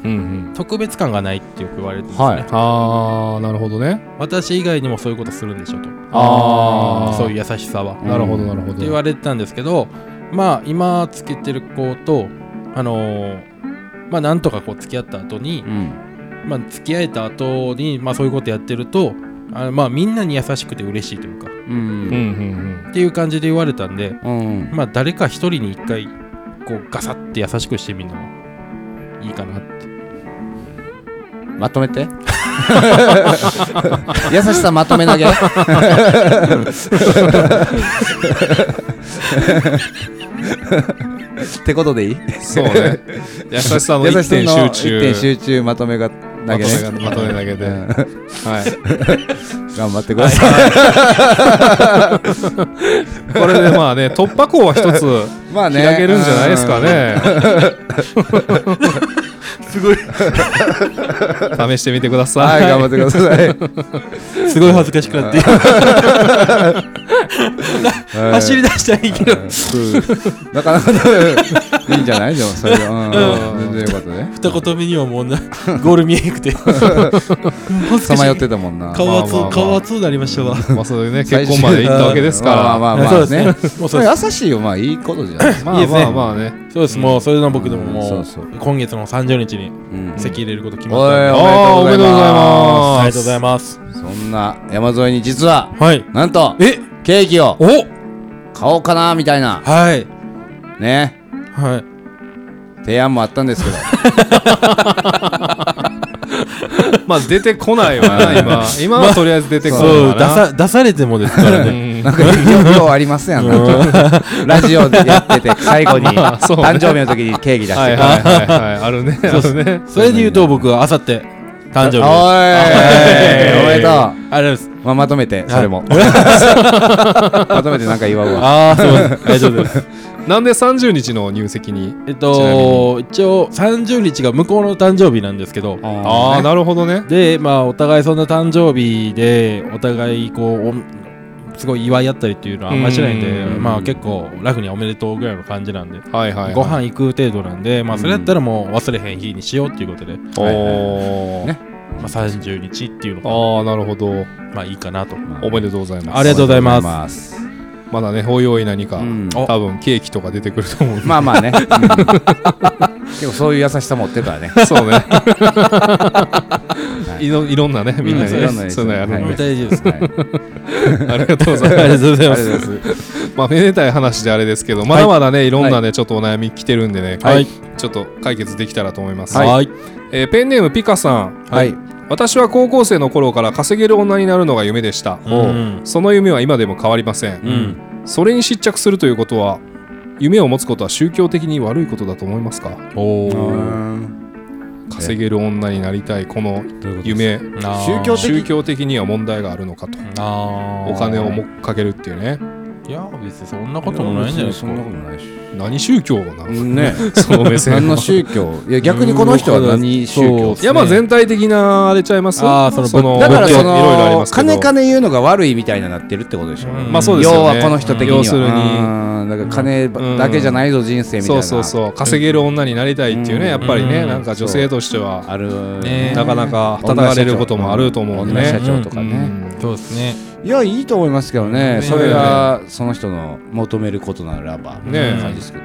[SPEAKER 2] うん
[SPEAKER 3] 特別感がないってよく言われてるんですね、
[SPEAKER 1] はい
[SPEAKER 2] ああなるほどね
[SPEAKER 3] 私以外にもそういうことするんでしょと
[SPEAKER 2] あー
[SPEAKER 3] そういう優しさは、
[SPEAKER 1] ん
[SPEAKER 2] なるほどなるほ
[SPEAKER 3] って言わ
[SPEAKER 2] ど
[SPEAKER 3] れてたんですけどまあ今つけてる子とあのーまあなんとかこう付き合った後に
[SPEAKER 1] う、ん
[SPEAKER 3] まあ付き合えた後にまあそういうことやってるとあまあみんなに優しくて嬉しいというか
[SPEAKER 1] う
[SPEAKER 2] うんうんん
[SPEAKER 3] っていう感じで言われたんで
[SPEAKER 1] うん
[SPEAKER 3] まあ誰か一人に一回こうガサッて優しくしてみるのもいいかなって
[SPEAKER 1] まとめて 優しさまとめ投 げってことでいい
[SPEAKER 2] うんそうね優しさの
[SPEAKER 1] 優
[SPEAKER 2] 一
[SPEAKER 1] しさの
[SPEAKER 2] 点集
[SPEAKER 1] 一
[SPEAKER 2] 中
[SPEAKER 1] 点集中まとめが投げね
[SPEAKER 2] まとめ投げで
[SPEAKER 1] うん
[SPEAKER 2] はい
[SPEAKER 1] 頑張ってください
[SPEAKER 2] これでまあね突破口は一つ
[SPEAKER 1] まあね
[SPEAKER 2] 開けるんじゃないですかね。すごい。試してみてく
[SPEAKER 1] う
[SPEAKER 2] だ
[SPEAKER 1] んは
[SPEAKER 2] さ
[SPEAKER 1] い
[SPEAKER 2] い。
[SPEAKER 1] 頑張ってください
[SPEAKER 3] すごい恥ずかしく なって走り出したらいいけど
[SPEAKER 1] うんなかなかねいいんじゃないでもそれはうん全然よかったね
[SPEAKER 3] 二言目にはもうなゴール見えな くて恥ず
[SPEAKER 1] さ
[SPEAKER 3] かし
[SPEAKER 1] まよっ
[SPEAKER 3] い
[SPEAKER 1] てたもんな
[SPEAKER 3] 顔熱
[SPEAKER 2] まあまあまあ
[SPEAKER 3] 顔熱になりましたわ
[SPEAKER 2] まあそれでね結 婚まで行ったわけですから。
[SPEAKER 1] まあまあまあまあね
[SPEAKER 3] そうですねもうそうで
[SPEAKER 1] 優しいよまあいいことじゃないですか
[SPEAKER 2] ま
[SPEAKER 3] いい
[SPEAKER 2] あ
[SPEAKER 3] ですね
[SPEAKER 2] まあまあね。
[SPEAKER 3] そうですもうそれの僕でも
[SPEAKER 1] う
[SPEAKER 3] も
[SPEAKER 1] んそうそう
[SPEAKER 3] う今月の30日に
[SPEAKER 1] うん
[SPEAKER 3] 席入れること決ま
[SPEAKER 1] お
[SPEAKER 3] っ
[SPEAKER 1] い
[SPEAKER 3] たんで
[SPEAKER 2] あー
[SPEAKER 1] おめでとうござい
[SPEAKER 2] お
[SPEAKER 1] ま
[SPEAKER 3] あ
[SPEAKER 2] めでと
[SPEAKER 3] りがと
[SPEAKER 2] うござ
[SPEAKER 3] うござ
[SPEAKER 2] い
[SPEAKER 3] いま
[SPEAKER 1] す
[SPEAKER 3] す
[SPEAKER 1] そんな山添に実は
[SPEAKER 3] はい
[SPEAKER 1] なんと
[SPEAKER 3] え
[SPEAKER 1] ケーキを
[SPEAKER 3] お
[SPEAKER 1] 買おうかなみたいな
[SPEAKER 3] はい
[SPEAKER 1] ね
[SPEAKER 3] はい
[SPEAKER 1] 提案もあったんですけど
[SPEAKER 2] まあ出てこないわな今。今はとりあえず出てこない
[SPEAKER 3] そう
[SPEAKER 2] わ
[SPEAKER 3] 出
[SPEAKER 2] な。
[SPEAKER 3] さ出されてもですから
[SPEAKER 2] う
[SPEAKER 3] ね
[SPEAKER 2] ん
[SPEAKER 1] なんかよようありますやんラジオでやってて最後に
[SPEAKER 2] まあ そうね
[SPEAKER 1] 誕生日の時にケーキ出して
[SPEAKER 2] はいはいはいはいあるねあるね。
[SPEAKER 3] それで言うと僕はあさって誕生日です
[SPEAKER 1] おいおめでとう
[SPEAKER 3] ありがとうございます
[SPEAKER 1] まあ、まとめて、それも。まとめてなんか言わうわ。
[SPEAKER 3] ああそう ですありがとうございます
[SPEAKER 2] なんで三十日の入籍に。
[SPEAKER 3] えっと一応30日が向こうの誕生日なんですけど
[SPEAKER 2] ああなるほどね。
[SPEAKER 3] でまあお互いそんな誕生日でお互いこうおすごい祝い合ったりっていうのはあんまりしないんで
[SPEAKER 2] うん
[SPEAKER 3] まあ結構ラフにおめでとうぐらいの感じなんで、
[SPEAKER 2] はいはいはい。
[SPEAKER 3] ご飯行く程度なんでまあそれだったらもう忘れへん日にしようっていうことで、ま
[SPEAKER 2] おお
[SPEAKER 1] い。ね
[SPEAKER 3] あ、30日っていうのが
[SPEAKER 2] ああなるほど。
[SPEAKER 3] まあいいかなと
[SPEAKER 2] おめでとうございます。
[SPEAKER 3] ありがとうございます
[SPEAKER 1] す。
[SPEAKER 2] まだねおいおい何か
[SPEAKER 1] うん
[SPEAKER 2] 多分ケーキとか出てくると思うんで。
[SPEAKER 1] まあまあ ね。うん結構そういう優しさ持ってるからね。
[SPEAKER 2] そうね。 いろいろんなね、みんなに
[SPEAKER 1] うんいろんな
[SPEAKER 2] ね
[SPEAKER 1] やつ
[SPEAKER 2] そういうのやる
[SPEAKER 1] は
[SPEAKER 2] ん
[SPEAKER 1] い
[SPEAKER 2] で。
[SPEAKER 3] 大事です
[SPEAKER 1] はい
[SPEAKER 2] ありがとうござい
[SPEAKER 3] あ
[SPEAKER 2] ま。
[SPEAKER 3] りがとうござい
[SPEAKER 1] あ
[SPEAKER 3] ま
[SPEAKER 1] り
[SPEAKER 3] す
[SPEAKER 1] がとうございます
[SPEAKER 2] まあ、めでたい話であれですけど、まだまだね、いろんなね、ちょっとお悩み来てるんでね、
[SPEAKER 3] はい
[SPEAKER 2] ちょっと解決できたらと思います。
[SPEAKER 1] はい
[SPEAKER 3] はい
[SPEAKER 2] えーペンネームピカさん。
[SPEAKER 1] す。はい。
[SPEAKER 2] 私は高校生の頃から稼げる女になるのが夢でした。
[SPEAKER 3] うん
[SPEAKER 2] その夢は今でも変わりません。
[SPEAKER 3] うん
[SPEAKER 2] それに失着するということは、夢を持つことは宗教的に悪いことだと思いますか
[SPEAKER 3] おー
[SPEAKER 2] 稼げる女になりたいこの夢
[SPEAKER 3] あー
[SPEAKER 1] 宗教的
[SPEAKER 2] 宗教的には問題があるのかと
[SPEAKER 3] あー
[SPEAKER 2] お金をもっかけるっていうね
[SPEAKER 3] いや別にそんなこともないんじゃないですか
[SPEAKER 1] そんなことないし。
[SPEAKER 2] 何宗教なの
[SPEAKER 1] ね。
[SPEAKER 2] その目線
[SPEAKER 1] 何
[SPEAKER 2] は
[SPEAKER 1] の宗教いや、逆にこの人は何宗教
[SPEAKER 3] そう
[SPEAKER 2] いやまあ全体的なあれちゃいます
[SPEAKER 3] あーその仏
[SPEAKER 1] だからそ
[SPEAKER 2] いろいろあり
[SPEAKER 1] の
[SPEAKER 2] ま、すけど
[SPEAKER 1] 金金言うのが悪いみたいになってるってことでしょ。
[SPEAKER 3] うん
[SPEAKER 2] まあそうですよね
[SPEAKER 1] 要はこの人的には。
[SPEAKER 2] 要するに
[SPEAKER 1] うんだから金だけじゃないぞ、人生みたい
[SPEAKER 2] そう
[SPEAKER 1] な。
[SPEAKER 2] そうそう稼げる女になりたいっていうね
[SPEAKER 1] うん
[SPEAKER 2] やっぱり
[SPEAKER 3] う
[SPEAKER 2] ね
[SPEAKER 3] ん
[SPEAKER 2] なんか女性としては
[SPEAKER 1] ある
[SPEAKER 3] ね
[SPEAKER 2] なかなか叩かれることもあると思うんで
[SPEAKER 1] 女社
[SPEAKER 2] ね
[SPEAKER 1] 長とか
[SPEAKER 2] う
[SPEAKER 1] ね、
[SPEAKER 2] ん
[SPEAKER 3] そうですね
[SPEAKER 1] いやいいと思いますけどね
[SPEAKER 3] ね
[SPEAKER 1] それがその人の求めることならば
[SPEAKER 2] ね
[SPEAKER 1] って感じですけど、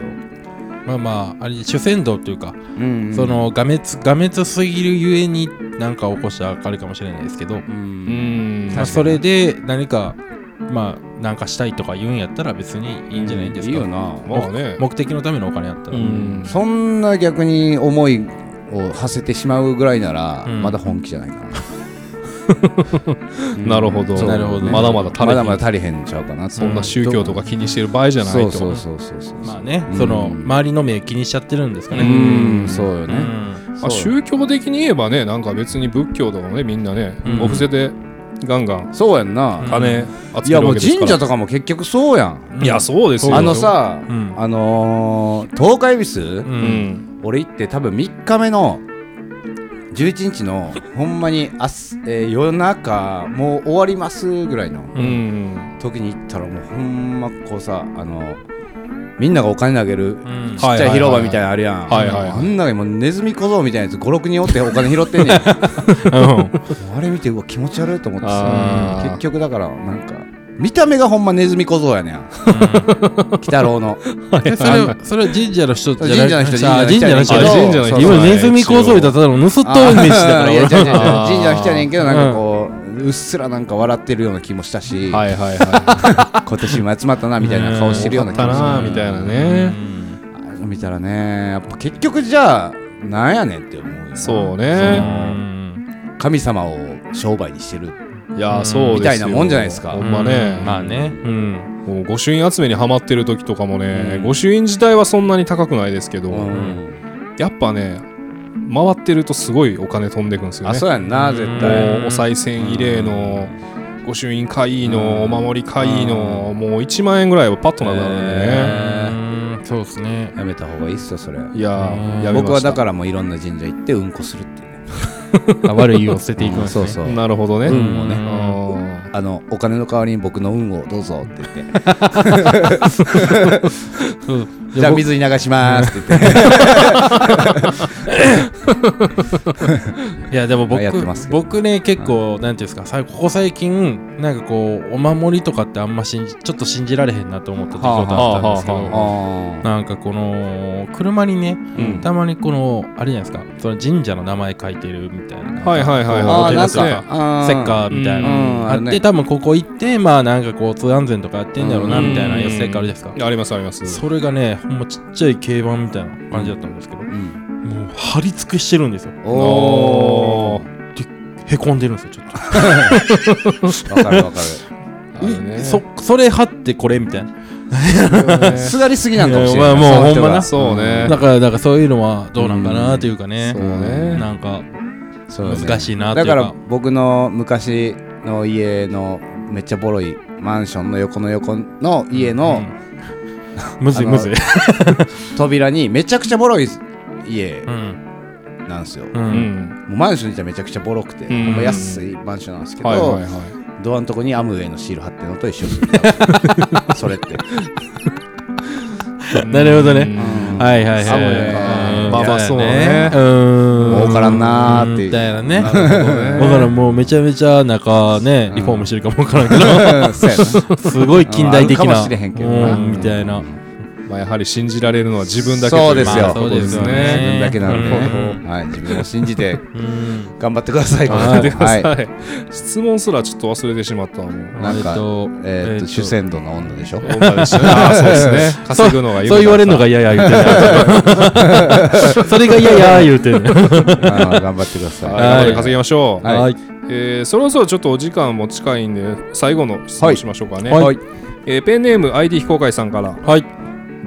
[SPEAKER 3] まあまああれ主戦道というか
[SPEAKER 1] うん
[SPEAKER 3] そ、のがめつがめつすぎるゆえに何か起こしたあれかもしれないですけど、
[SPEAKER 1] う
[SPEAKER 2] うんん
[SPEAKER 3] まあ、それで何かまあ何かしたいとか言うんやったら別にいいんじゃないですか、
[SPEAKER 1] いいよな、
[SPEAKER 2] まあね
[SPEAKER 3] 目的のためのお金やったら、
[SPEAKER 2] うん
[SPEAKER 1] そんな逆に思いを馳せてしまうぐらいなら、
[SPEAKER 3] うん
[SPEAKER 1] まだ本気じゃないかな、
[SPEAKER 2] なるほど
[SPEAKER 1] そう
[SPEAKER 3] なるほど
[SPEAKER 2] まだまだ足りひん
[SPEAKER 1] まだまだ足りへんちゃうかな
[SPEAKER 2] そんな宗教とか気にしてる場合じゃない
[SPEAKER 1] そう
[SPEAKER 2] と
[SPEAKER 1] そうそうそうそう
[SPEAKER 3] まあね、その
[SPEAKER 1] うん
[SPEAKER 3] 周りの目気にしちゃってるんですか
[SPEAKER 1] う
[SPEAKER 3] ね、
[SPEAKER 1] んそうよ
[SPEAKER 3] うん
[SPEAKER 1] ね、
[SPEAKER 2] まあ、
[SPEAKER 1] そう
[SPEAKER 2] 宗教的に言えばねなんか別に仏教とかもねみんなね、
[SPEAKER 3] うん
[SPEAKER 2] お布施でガンガン
[SPEAKER 1] そうやんな、
[SPEAKER 3] うん
[SPEAKER 2] 金集
[SPEAKER 1] いや
[SPEAKER 2] める
[SPEAKER 1] も
[SPEAKER 2] わ
[SPEAKER 1] う
[SPEAKER 2] けですから
[SPEAKER 1] 神社とかも結局そうやん、
[SPEAKER 2] いやそうですよ
[SPEAKER 1] あのさ、
[SPEAKER 3] うん
[SPEAKER 1] あのー、東海ビス、
[SPEAKER 3] う
[SPEAKER 2] うんん
[SPEAKER 1] 俺行って多分3日目の11日のほんまに明日、えー夜中もう終わりますぐらいの
[SPEAKER 2] うん
[SPEAKER 1] 時に行ったらもうほんまこうさあのみんながお金投げる
[SPEAKER 3] うん
[SPEAKER 1] ちっちゃい広場みたいなのあるやん、
[SPEAKER 2] はいはいはい
[SPEAKER 1] あんなにもうネズミ小僧みたいなやつ56人おってお金拾ってんねんあれ見てうわ気持ち悪いと思って
[SPEAKER 2] あ
[SPEAKER 1] さ
[SPEAKER 2] ー
[SPEAKER 1] 結局だからなんか見た目がほんまネズミ小僧やねん鬼太郎の
[SPEAKER 3] えそれはそれは神社の人じゃない
[SPEAKER 1] 神社の人
[SPEAKER 3] あー
[SPEAKER 1] 神
[SPEAKER 3] 神社
[SPEAKER 1] 社
[SPEAKER 3] の
[SPEAKER 1] の
[SPEAKER 3] 人
[SPEAKER 1] 人
[SPEAKER 3] や
[SPEAKER 2] あ
[SPEAKER 1] そう
[SPEAKER 2] 神社の人
[SPEAKER 1] そう
[SPEAKER 3] 今ネズミ構造だったら盗っ人イメージだか
[SPEAKER 1] あーいや違う違う違う
[SPEAKER 2] あー
[SPEAKER 1] 神社の人やねんけどなんかこううっすらなんか笑ってるような気もしたし、
[SPEAKER 2] はいはいは
[SPEAKER 1] 今年も集まったなみたいな顔してるような気
[SPEAKER 2] だ
[SPEAKER 1] もし
[SPEAKER 2] な
[SPEAKER 1] た
[SPEAKER 2] あみたいな
[SPEAKER 3] ら
[SPEAKER 2] ね
[SPEAKER 1] あの見たらねやっぱ結局じゃあなんやねんって思うよない
[SPEAKER 2] そう
[SPEAKER 3] う
[SPEAKER 2] ね
[SPEAKER 3] ん
[SPEAKER 1] 神様を商売にしてる
[SPEAKER 2] いやそうですよ
[SPEAKER 1] みたいなもんじゃないですか
[SPEAKER 2] ほんまね
[SPEAKER 3] うんまあね
[SPEAKER 2] うんもう御朱印集めにハマってる時とかもね、
[SPEAKER 3] うん
[SPEAKER 2] 御朱印自体はそんなに高くないですけど、
[SPEAKER 1] うん
[SPEAKER 2] やっぱね回ってるとすごいお金飛んでくんですよ
[SPEAKER 1] あ
[SPEAKER 2] ね
[SPEAKER 1] そうやんな絶
[SPEAKER 3] う
[SPEAKER 1] 対
[SPEAKER 2] もうお賽銭慰霊の御朱印会員のお守り会員のもう1万円ぐらいはパッとなくなるんでね、
[SPEAKER 3] うんそうですね
[SPEAKER 1] やめた方がいいっすよそれ
[SPEAKER 2] いや
[SPEAKER 3] うん
[SPEAKER 2] ーやめました
[SPEAKER 1] 僕はだからもういろんな神社行ってうんこするっていうね
[SPEAKER 3] 悪いを捨てていくんですね
[SPEAKER 1] そうそう
[SPEAKER 2] なるほどね、
[SPEAKER 1] 運もね
[SPEAKER 2] あー
[SPEAKER 1] あのお金の代わりに僕の運をどうぞって言って
[SPEAKER 3] そう
[SPEAKER 1] じゃあ水に流しますって言って
[SPEAKER 3] いやでも僕
[SPEAKER 1] やってますけど
[SPEAKER 3] 僕ね結構なんていうんですかさここ最近なんかこうお守りとかってあんま信じちょっと信じられへんなと思った出来事あったんですけ
[SPEAKER 2] はあはあはあ
[SPEAKER 3] ど
[SPEAKER 1] あ
[SPEAKER 3] なんかこの車にね
[SPEAKER 2] うん
[SPEAKER 3] たまにこのあれじゃないですかその神社の名前書いてるみたいな
[SPEAKER 2] はいはいはい
[SPEAKER 1] ー
[SPEAKER 3] あ
[SPEAKER 1] あ
[SPEAKER 3] ー
[SPEAKER 1] ー
[SPEAKER 3] な
[SPEAKER 1] なんん
[SPEAKER 3] か
[SPEAKER 1] かあー
[SPEAKER 3] セッカーみたいな
[SPEAKER 1] う
[SPEAKER 3] の
[SPEAKER 1] ん
[SPEAKER 3] あ
[SPEAKER 1] あ
[SPEAKER 3] っ
[SPEAKER 1] る
[SPEAKER 3] て、
[SPEAKER 1] ね
[SPEAKER 3] 多分ここ行ってまあなんか交通安全とかやってんだろうな
[SPEAKER 1] うん
[SPEAKER 3] みたいな寄せあるじゃないですか
[SPEAKER 2] ありますあります
[SPEAKER 3] それがねほんまちっちゃい軽バンみたいな感じだったんですけど
[SPEAKER 1] うん
[SPEAKER 3] もう貼り付けしてるんですよ
[SPEAKER 1] おお
[SPEAKER 3] へこんでるんですよちょっと
[SPEAKER 1] わかるわか
[SPEAKER 2] あるね
[SPEAKER 3] えそそれ貼ってこれみたいな
[SPEAKER 1] る すがりすぎなんかもしれ
[SPEAKER 3] い
[SPEAKER 1] な
[SPEAKER 3] や
[SPEAKER 1] い
[SPEAKER 3] ま
[SPEAKER 1] そ
[SPEAKER 3] あもう
[SPEAKER 1] の人
[SPEAKER 3] ほんまな
[SPEAKER 1] が
[SPEAKER 2] そうね
[SPEAKER 3] だからだからそういうのはどうなんかなというかね
[SPEAKER 2] そうね
[SPEAKER 3] なんか
[SPEAKER 1] そうね
[SPEAKER 3] 難しいなとい
[SPEAKER 1] だ
[SPEAKER 3] う
[SPEAKER 1] か
[SPEAKER 3] から
[SPEAKER 1] 僕の昔の家のめっちゃボロいマンションの横の横の家
[SPEAKER 3] う
[SPEAKER 1] の
[SPEAKER 3] んむず
[SPEAKER 1] あ
[SPEAKER 3] い
[SPEAKER 1] の
[SPEAKER 3] むずい
[SPEAKER 1] 扉にめちゃくちゃボロい家
[SPEAKER 3] うん
[SPEAKER 1] なんですよ、
[SPEAKER 3] う
[SPEAKER 2] うんん
[SPEAKER 1] もうマンション自体めちゃくちゃボロくて、
[SPEAKER 2] うん
[SPEAKER 1] ほんま安いマンションなんですけど、
[SPEAKER 2] はいはいはい
[SPEAKER 1] ドアのとこにアムウェイのシール貼ってるのと一緒 それって
[SPEAKER 3] なるほどね
[SPEAKER 2] うん
[SPEAKER 3] はいはい
[SPEAKER 1] サ
[SPEAKER 3] は
[SPEAKER 1] ブ
[SPEAKER 3] い
[SPEAKER 1] ね
[SPEAKER 3] うん
[SPEAKER 2] まあまあそうね
[SPEAKER 3] うーん
[SPEAKER 1] 儲からんなーっていう
[SPEAKER 3] みたいなね
[SPEAKER 1] なるほどね
[SPEAKER 3] だからんもうめちゃめちゃ中ね
[SPEAKER 1] うん
[SPEAKER 3] リフォームしてるかもわからんけ
[SPEAKER 1] そうやな
[SPEAKER 3] どすごい近代的
[SPEAKER 1] あるか
[SPEAKER 3] な
[SPEAKER 1] もしれへんけどな
[SPEAKER 3] うんみたいな
[SPEAKER 2] まあやはり信じられるのは自分だけ
[SPEAKER 1] そう
[SPEAKER 2] とい
[SPEAKER 1] ですよ
[SPEAKER 2] まあことです
[SPEAKER 3] そうですよね
[SPEAKER 2] ね
[SPEAKER 1] 自分だけなんで、
[SPEAKER 3] なる
[SPEAKER 2] ほ
[SPEAKER 1] はい、自分を信じて
[SPEAKER 3] うん
[SPEAKER 1] 頑張ってくだ さい
[SPEAKER 2] 頑張ってください、
[SPEAKER 1] はい
[SPEAKER 2] 質問すらちょっと忘れてしまったも ん
[SPEAKER 1] なんか
[SPEAKER 3] えっと
[SPEAKER 1] えーっ
[SPEAKER 3] えっと
[SPEAKER 1] と主戦度の女でしょ
[SPEAKER 2] あそうですね稼ぐのが夢だった
[SPEAKER 3] そう言われるのが嫌や言うてるそれが嫌や言うてる
[SPEAKER 1] あー頑張ってください。
[SPEAKER 2] はい頑張って稼ぎましょう、
[SPEAKER 1] はい
[SPEAKER 3] はい
[SPEAKER 2] えーそろそろちょっとお時間も近いんで最後の質問しましょうかね、
[SPEAKER 1] はい
[SPEAKER 2] えーペンネーム ID 非公開さんから、
[SPEAKER 3] はい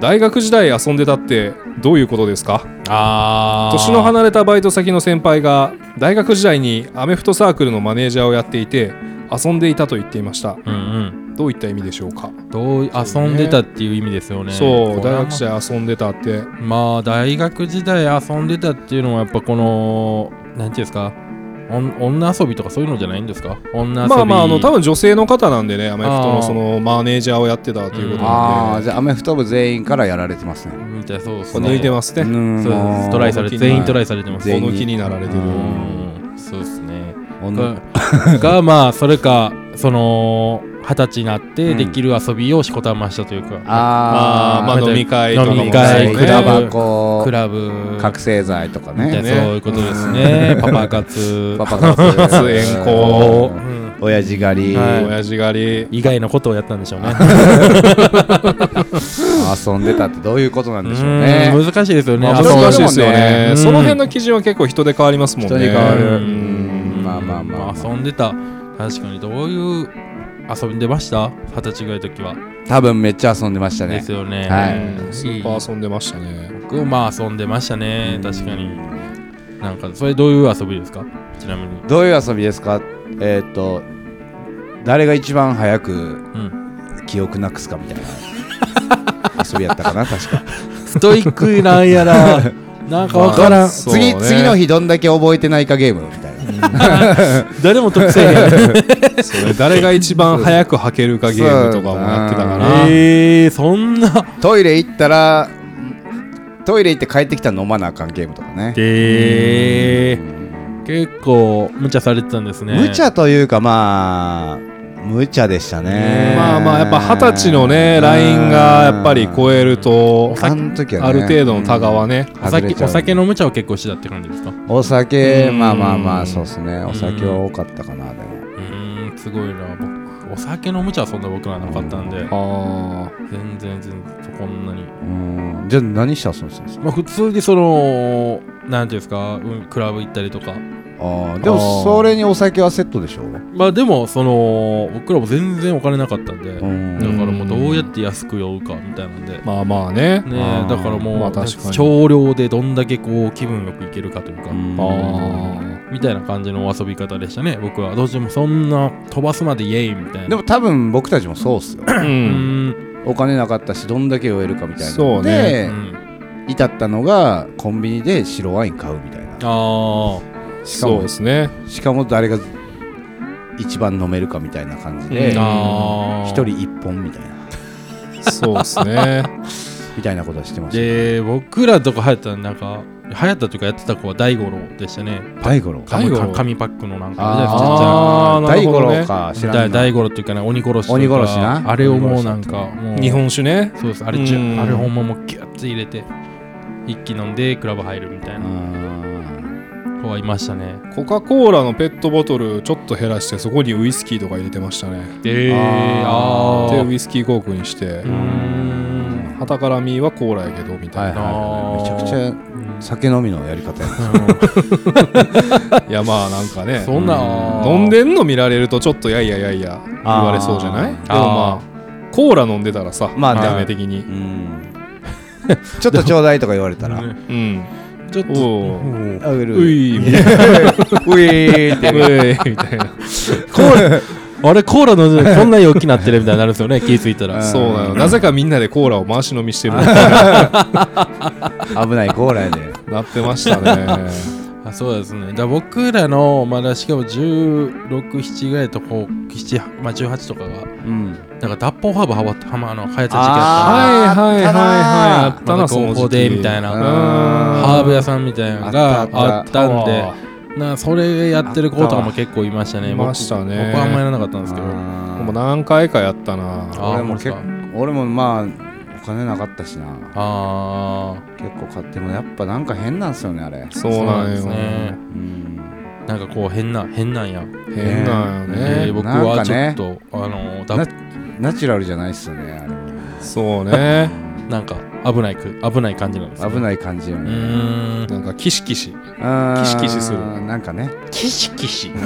[SPEAKER 2] 大学時代遊んでたってどういうことですか
[SPEAKER 3] あー
[SPEAKER 2] 年の離れたバイト先の先輩が大学時代にアメフトサークルのマネージャーをやっていて遊んでいたと言っていました
[SPEAKER 3] うん
[SPEAKER 2] どういった意味でしょうか、
[SPEAKER 3] うんどう遊んでたっていう意味ですよね
[SPEAKER 2] そう
[SPEAKER 3] これ
[SPEAKER 2] 大
[SPEAKER 3] は
[SPEAKER 2] 学時代遊んでたって
[SPEAKER 3] まあ大学時代遊んでたっていうのはやっぱこのなんていうんですかおん女遊びとかそういうのじゃないんですか女遊び
[SPEAKER 2] まあまああの多分女性の方なんでねアメフト
[SPEAKER 3] あー
[SPEAKER 2] のそのマネージャーをやってたということ
[SPEAKER 1] あ
[SPEAKER 2] な
[SPEAKER 1] あ
[SPEAKER 2] ん
[SPEAKER 1] じ
[SPEAKER 2] で
[SPEAKER 1] ゃあアメフト部全員からやられてますね。
[SPEAKER 3] みたいなそうです
[SPEAKER 2] こ
[SPEAKER 3] ね
[SPEAKER 2] れ抜いてますね、
[SPEAKER 1] ん
[SPEAKER 3] そうですトライされて全員トライされてます
[SPEAKER 1] 全
[SPEAKER 2] こ
[SPEAKER 1] 員
[SPEAKER 2] の気になられてる、
[SPEAKER 3] うんそうですね
[SPEAKER 1] 女
[SPEAKER 3] ががまあそれかその二十歳になってできる遊びをしこたましたというか、
[SPEAKER 2] あー
[SPEAKER 1] あ
[SPEAKER 2] まあ飲み会とかも
[SPEAKER 3] 飲み会
[SPEAKER 2] そう
[SPEAKER 1] ク
[SPEAKER 2] ね
[SPEAKER 1] ラ
[SPEAKER 3] バ
[SPEAKER 1] バコ
[SPEAKER 3] クラブ
[SPEAKER 1] 覚醒剤とか
[SPEAKER 3] みたい
[SPEAKER 1] ね
[SPEAKER 3] な
[SPEAKER 2] ね
[SPEAKER 3] そういうことですねパパ 活
[SPEAKER 1] パパ活
[SPEAKER 2] 煙口
[SPEAKER 3] うん
[SPEAKER 1] 親父狩り、
[SPEAKER 3] はい
[SPEAKER 2] 親父狩り
[SPEAKER 3] 以外のことをやったんでしょうね
[SPEAKER 1] 遊んでたってどういうことなんでしょう
[SPEAKER 3] う
[SPEAKER 1] ね。
[SPEAKER 3] ん難しいですよね。
[SPEAKER 1] まあ
[SPEAKER 3] 遊ぶ
[SPEAKER 2] 難しいですよね、
[SPEAKER 3] うん
[SPEAKER 2] その辺の基準は結構人で変わりますもんね
[SPEAKER 1] 人に変わる。う
[SPEAKER 3] うん
[SPEAKER 1] んまあまあまあまあ。
[SPEAKER 3] 遊んでた。確かにどういう遊んでました二十歳ぐらいの時は。
[SPEAKER 1] 多分めっちゃ遊んでました
[SPEAKER 3] で
[SPEAKER 1] ね
[SPEAKER 3] す。よね。
[SPEAKER 1] は
[SPEAKER 2] うんスーパー遊んでましたね
[SPEAKER 3] 僕もまあ遊んでましたね。確かに。なんかそれどういう遊びですかちなみに。
[SPEAKER 1] どういう遊びですかえーっと誰が一番早く
[SPEAKER 3] うん、
[SPEAKER 1] 記憶なくすかみたいな遊びやったか な確か
[SPEAKER 3] ストイックなん やらなんかわからん、
[SPEAKER 2] そうね
[SPEAKER 1] 次次の日どんだけ覚えてないかゲームみたいな
[SPEAKER 3] 誰も得せえへん
[SPEAKER 2] それ誰が一番早く履けるかゲームとかもやってたかな、
[SPEAKER 3] えー、そんな
[SPEAKER 1] トイレ行ったらトイレ行って帰ってきたら飲まなあかんゲームとかね
[SPEAKER 3] で結構無茶されてたんですね
[SPEAKER 1] 無茶というかまあ無茶でしたね
[SPEAKER 2] まあまあやっぱ二十歳のねラインがやっぱり超えると
[SPEAKER 1] あの時はね
[SPEAKER 2] ある程度のタガはね、
[SPEAKER 1] うん
[SPEAKER 3] お
[SPEAKER 1] 外れ
[SPEAKER 3] 酒
[SPEAKER 1] ちゃう
[SPEAKER 3] お酒の無茶を結構してたって感じですか
[SPEAKER 1] お酒
[SPEAKER 3] うん
[SPEAKER 1] まあまあまあそうですねお酒は多かったかなでも
[SPEAKER 3] うーんすごいな僕お酒の無茶はそんな僕らなかったんで、
[SPEAKER 2] あ
[SPEAKER 3] 全然全然こんなに
[SPEAKER 1] うんじゃあ何して遊んでたんですか
[SPEAKER 3] まあ普通にそのなんていうんですか、うん、クラブ行ったりとか
[SPEAKER 1] あーでもそれにお酒はセットでしょ
[SPEAKER 3] まあでもその僕らも全然お金なかったんで、
[SPEAKER 1] う
[SPEAKER 3] だ
[SPEAKER 1] ん
[SPEAKER 3] からもうどうやって安く酔うかみたいなんで、ね
[SPEAKER 2] ーまあまあね
[SPEAKER 1] あー
[SPEAKER 3] えだからもう、
[SPEAKER 2] まあ確かに
[SPEAKER 3] 少量でどんだけこう気分よくいけるかというか、
[SPEAKER 1] うん
[SPEAKER 2] あ
[SPEAKER 3] みたいな感じのお遊び方でしたね僕はどうしてもそんな飛ばすまでイエーイみたいな
[SPEAKER 1] でも多分僕たちもそうっ すよ
[SPEAKER 2] ーう
[SPEAKER 3] うんん
[SPEAKER 1] お金なかったしどんだけ酔えるかみたいな
[SPEAKER 2] そう
[SPEAKER 1] で
[SPEAKER 2] ね
[SPEAKER 3] うん
[SPEAKER 1] 至ったのがコンビニで白ワイン買うみたいな
[SPEAKER 3] あ
[SPEAKER 1] しか
[SPEAKER 2] そう
[SPEAKER 1] も
[SPEAKER 2] ですね
[SPEAKER 1] しかも誰が一番飲めるかみたいな感じ
[SPEAKER 2] う
[SPEAKER 1] で
[SPEAKER 2] ん
[SPEAKER 3] あ
[SPEAKER 1] 一人一本みたいな
[SPEAKER 2] そうですね
[SPEAKER 1] みたいなことはしてました
[SPEAKER 3] で僕らとか流行ったなんか流行ったというかやってた子は大五郎でしたね
[SPEAKER 1] 大五郎
[SPEAKER 3] 紙
[SPEAKER 2] 大五郎
[SPEAKER 3] 紙パックのなんか
[SPEAKER 1] あ
[SPEAKER 2] ー
[SPEAKER 1] あ
[SPEAKER 2] なる
[SPEAKER 1] 大
[SPEAKER 2] ほ
[SPEAKER 1] 五
[SPEAKER 2] どね
[SPEAKER 1] 郎か知
[SPEAKER 3] じゃ
[SPEAKER 1] ら
[SPEAKER 3] あ
[SPEAKER 1] んな
[SPEAKER 3] だ大五郎っていうかね鬼殺しというか
[SPEAKER 1] 鬼殺しな
[SPEAKER 3] あれをもうなんかもう
[SPEAKER 2] 日本酒ね
[SPEAKER 3] そうですあれちゅ
[SPEAKER 2] うん
[SPEAKER 3] あれほんまもうギュッと入れて一気飲んでクラブ入るみたいな
[SPEAKER 1] あ
[SPEAKER 3] 子はいましたね
[SPEAKER 2] コカ・コーラのペットボトルちょっと減らしてそこにウイスキーとか入れてましたね
[SPEAKER 3] えー、
[SPEAKER 1] あ
[SPEAKER 3] あ
[SPEAKER 2] で
[SPEAKER 3] ー
[SPEAKER 2] ウイスキーコークにして
[SPEAKER 3] うーん
[SPEAKER 2] はたから見はコーラやけど
[SPEAKER 1] ー
[SPEAKER 2] み
[SPEAKER 1] は
[SPEAKER 2] た
[SPEAKER 1] い
[SPEAKER 2] いな、
[SPEAKER 1] はいはいめちゃくちゃ
[SPEAKER 3] うん
[SPEAKER 1] 酒飲みのやり方やな
[SPEAKER 2] い、やまあなんかね
[SPEAKER 3] そんな
[SPEAKER 2] 飲んでんの見られるとちょっとやいやいやいや言
[SPEAKER 1] あー
[SPEAKER 2] われそうじゃないでも
[SPEAKER 3] あ
[SPEAKER 2] まあコーラ飲んでたらさ
[SPEAKER 1] まあ
[SPEAKER 2] 見た目的
[SPEAKER 1] う、
[SPEAKER 2] に
[SPEAKER 1] んちょっとちょうだいとか言われた ら
[SPEAKER 3] ね
[SPEAKER 2] うん
[SPEAKER 3] ちょっと
[SPEAKER 2] おう
[SPEAKER 1] あ うる
[SPEAKER 2] ういみたいな
[SPEAKER 1] ういって
[SPEAKER 2] ういみたいな
[SPEAKER 3] コーラあれコーラ飲んでるこんなに大きなってるみたいになるんですよ ね気ぃついたら
[SPEAKER 2] そうなのなぜかみんなでコーラを回し飲みしてる
[SPEAKER 1] 危ないコーラやで
[SPEAKER 2] なってましたね
[SPEAKER 3] あそうですねだ僕らのまだしかも1617ぐらいとこう7、まあ、18とかが
[SPEAKER 1] うん
[SPEAKER 3] なんか脱法ハーブはまはまあの流行った時期
[SPEAKER 1] あ
[SPEAKER 3] あっ
[SPEAKER 2] はいはいはいはい
[SPEAKER 1] あ
[SPEAKER 2] あ
[SPEAKER 1] っ
[SPEAKER 2] った
[SPEAKER 3] ま
[SPEAKER 2] な
[SPEAKER 3] だ
[SPEAKER 2] その
[SPEAKER 3] 高
[SPEAKER 2] 時
[SPEAKER 3] 校でみたいなた
[SPEAKER 1] あ
[SPEAKER 3] ハーブ屋さんみたいなのが
[SPEAKER 1] あったあ
[SPEAKER 3] あ
[SPEAKER 1] っ
[SPEAKER 3] ったんで
[SPEAKER 2] あ
[SPEAKER 3] なそれやってる子とかも結構いましたね
[SPEAKER 2] いましたね
[SPEAKER 3] 僕僕はあんまやらなかったんですけど
[SPEAKER 2] ーもう
[SPEAKER 1] あ
[SPEAKER 2] 何回かやったな
[SPEAKER 3] あー
[SPEAKER 1] 俺も結
[SPEAKER 3] ほ
[SPEAKER 1] 構
[SPEAKER 3] んま
[SPEAKER 1] 俺もまあお金なかったしな
[SPEAKER 3] あ
[SPEAKER 1] 結構買ってもやっぱなんか変なんすよねあれ
[SPEAKER 2] そうなんよ
[SPEAKER 3] そうなんですね
[SPEAKER 1] うん
[SPEAKER 3] あなんかこう変な変なんや、
[SPEAKER 2] 変なんよ
[SPEAKER 3] えー
[SPEAKER 2] ね
[SPEAKER 3] 僕
[SPEAKER 1] な
[SPEAKER 3] は
[SPEAKER 1] ん
[SPEAKER 3] ち
[SPEAKER 1] か
[SPEAKER 3] ょ
[SPEAKER 1] ね
[SPEAKER 3] っと、あの
[SPEAKER 1] な
[SPEAKER 3] だ
[SPEAKER 1] ナチュラルじゃないっすよねあれも
[SPEAKER 2] そうね
[SPEAKER 3] なんか危ないく危ない感じなんです、ね、
[SPEAKER 1] 危ない感じよ
[SPEAKER 3] う
[SPEAKER 1] ね
[SPEAKER 3] ーん
[SPEAKER 2] なんかキシキシ
[SPEAKER 1] キ
[SPEAKER 2] キシキシする
[SPEAKER 1] なんかね
[SPEAKER 2] キシキシな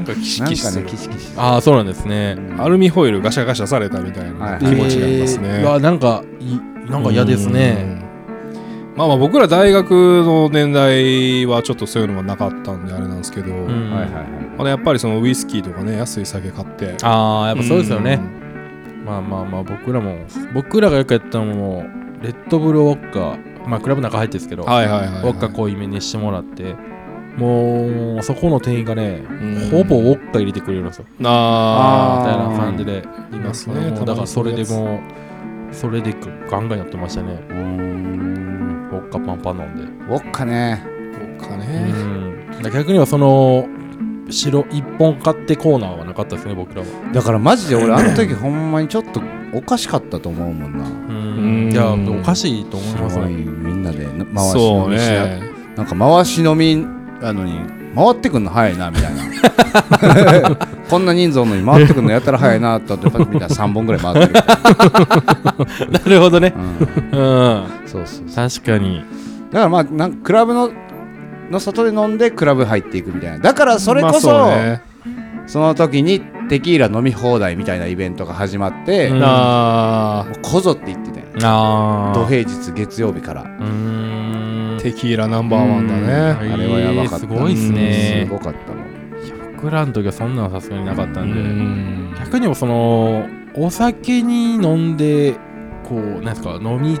[SPEAKER 2] んかキシ
[SPEAKER 1] なんか
[SPEAKER 2] キ
[SPEAKER 1] ね
[SPEAKER 2] シする
[SPEAKER 1] キシキシする
[SPEAKER 3] ああそうなんですね
[SPEAKER 2] アルミホイルガシャガシャされたみたいな気
[SPEAKER 1] はい
[SPEAKER 2] 持ちがあります
[SPEAKER 3] えー
[SPEAKER 2] ね
[SPEAKER 3] いやなんかいなんか嫌ですね
[SPEAKER 2] うんまあまあ僕ら大学の年代はちょっとそういうのはなかったんであれなんですけど、
[SPEAKER 3] うん
[SPEAKER 1] はいはいはい
[SPEAKER 2] まだやっぱりそのウイスキーとかね安い酒買って
[SPEAKER 3] ああやっぱそうですよね、まあまあまあ僕らも僕らがよくやったのもレッドブルウォッカまあクラブの中入ってるんですけど、
[SPEAKER 2] うんはいはいはい、はい、
[SPEAKER 3] ウォッカ濃いめにしてもらってもうそこの店員がね、
[SPEAKER 2] うん
[SPEAKER 3] ほぼウォッカ入れてくれるんですよみた
[SPEAKER 2] あ
[SPEAKER 1] あ
[SPEAKER 3] いな感じで
[SPEAKER 2] いますね
[SPEAKER 3] も
[SPEAKER 2] た
[SPEAKER 3] う
[SPEAKER 2] まに
[SPEAKER 3] だからそれで
[SPEAKER 2] そう
[SPEAKER 3] もうそれでガンガンやってましたね
[SPEAKER 1] うーん
[SPEAKER 3] ウォッカパンパン飲んで、
[SPEAKER 1] ウォッカね
[SPEAKER 2] ーウォッカ
[SPEAKER 3] う
[SPEAKER 2] ね、
[SPEAKER 3] ん、だから逆にはその白1本買ってコーナーはなかったですね僕らは
[SPEAKER 1] だからマジで俺あの時ほんまにちょっとおかしかったと思うもんな
[SPEAKER 3] うんいやおかしいと思います
[SPEAKER 1] すごい
[SPEAKER 3] ね
[SPEAKER 1] みんなでな回し
[SPEAKER 2] そ
[SPEAKER 1] 飲
[SPEAKER 2] う
[SPEAKER 1] みしや
[SPEAKER 2] ね
[SPEAKER 1] なんか回し飲みなのに回ってくんの早いなみたいなこんな 人数おんのに回ってくんのやったら早いなと思ってパッと見たら3本ぐらい回ってる、
[SPEAKER 3] なるほどね
[SPEAKER 1] うん
[SPEAKER 3] うん
[SPEAKER 1] そうそうそう
[SPEAKER 3] 確かに
[SPEAKER 1] だからまあなんかクラブのの外で飲んでクラブ入っていくみたいなだからそれこそ,、
[SPEAKER 2] まあ
[SPEAKER 1] そ
[SPEAKER 2] ね
[SPEAKER 1] の時にテキーラ飲み放題みたいなイベントが始まって、
[SPEAKER 3] うん
[SPEAKER 1] も
[SPEAKER 2] あ
[SPEAKER 1] うこぞって言ってたよ
[SPEAKER 3] あ
[SPEAKER 1] 土平日月曜日から
[SPEAKER 3] うーん
[SPEAKER 2] ーテキーラナンバーワンだね
[SPEAKER 1] あれはやばかった
[SPEAKER 3] すごいっす
[SPEAKER 2] え
[SPEAKER 1] す
[SPEAKER 3] ね
[SPEAKER 1] ごかったもん
[SPEAKER 3] 僕僕らの時はそんなのさすがになかった
[SPEAKER 2] うん
[SPEAKER 3] で
[SPEAKER 2] ん
[SPEAKER 3] 逆にもそのお酒に飲んでこうなんですか飲み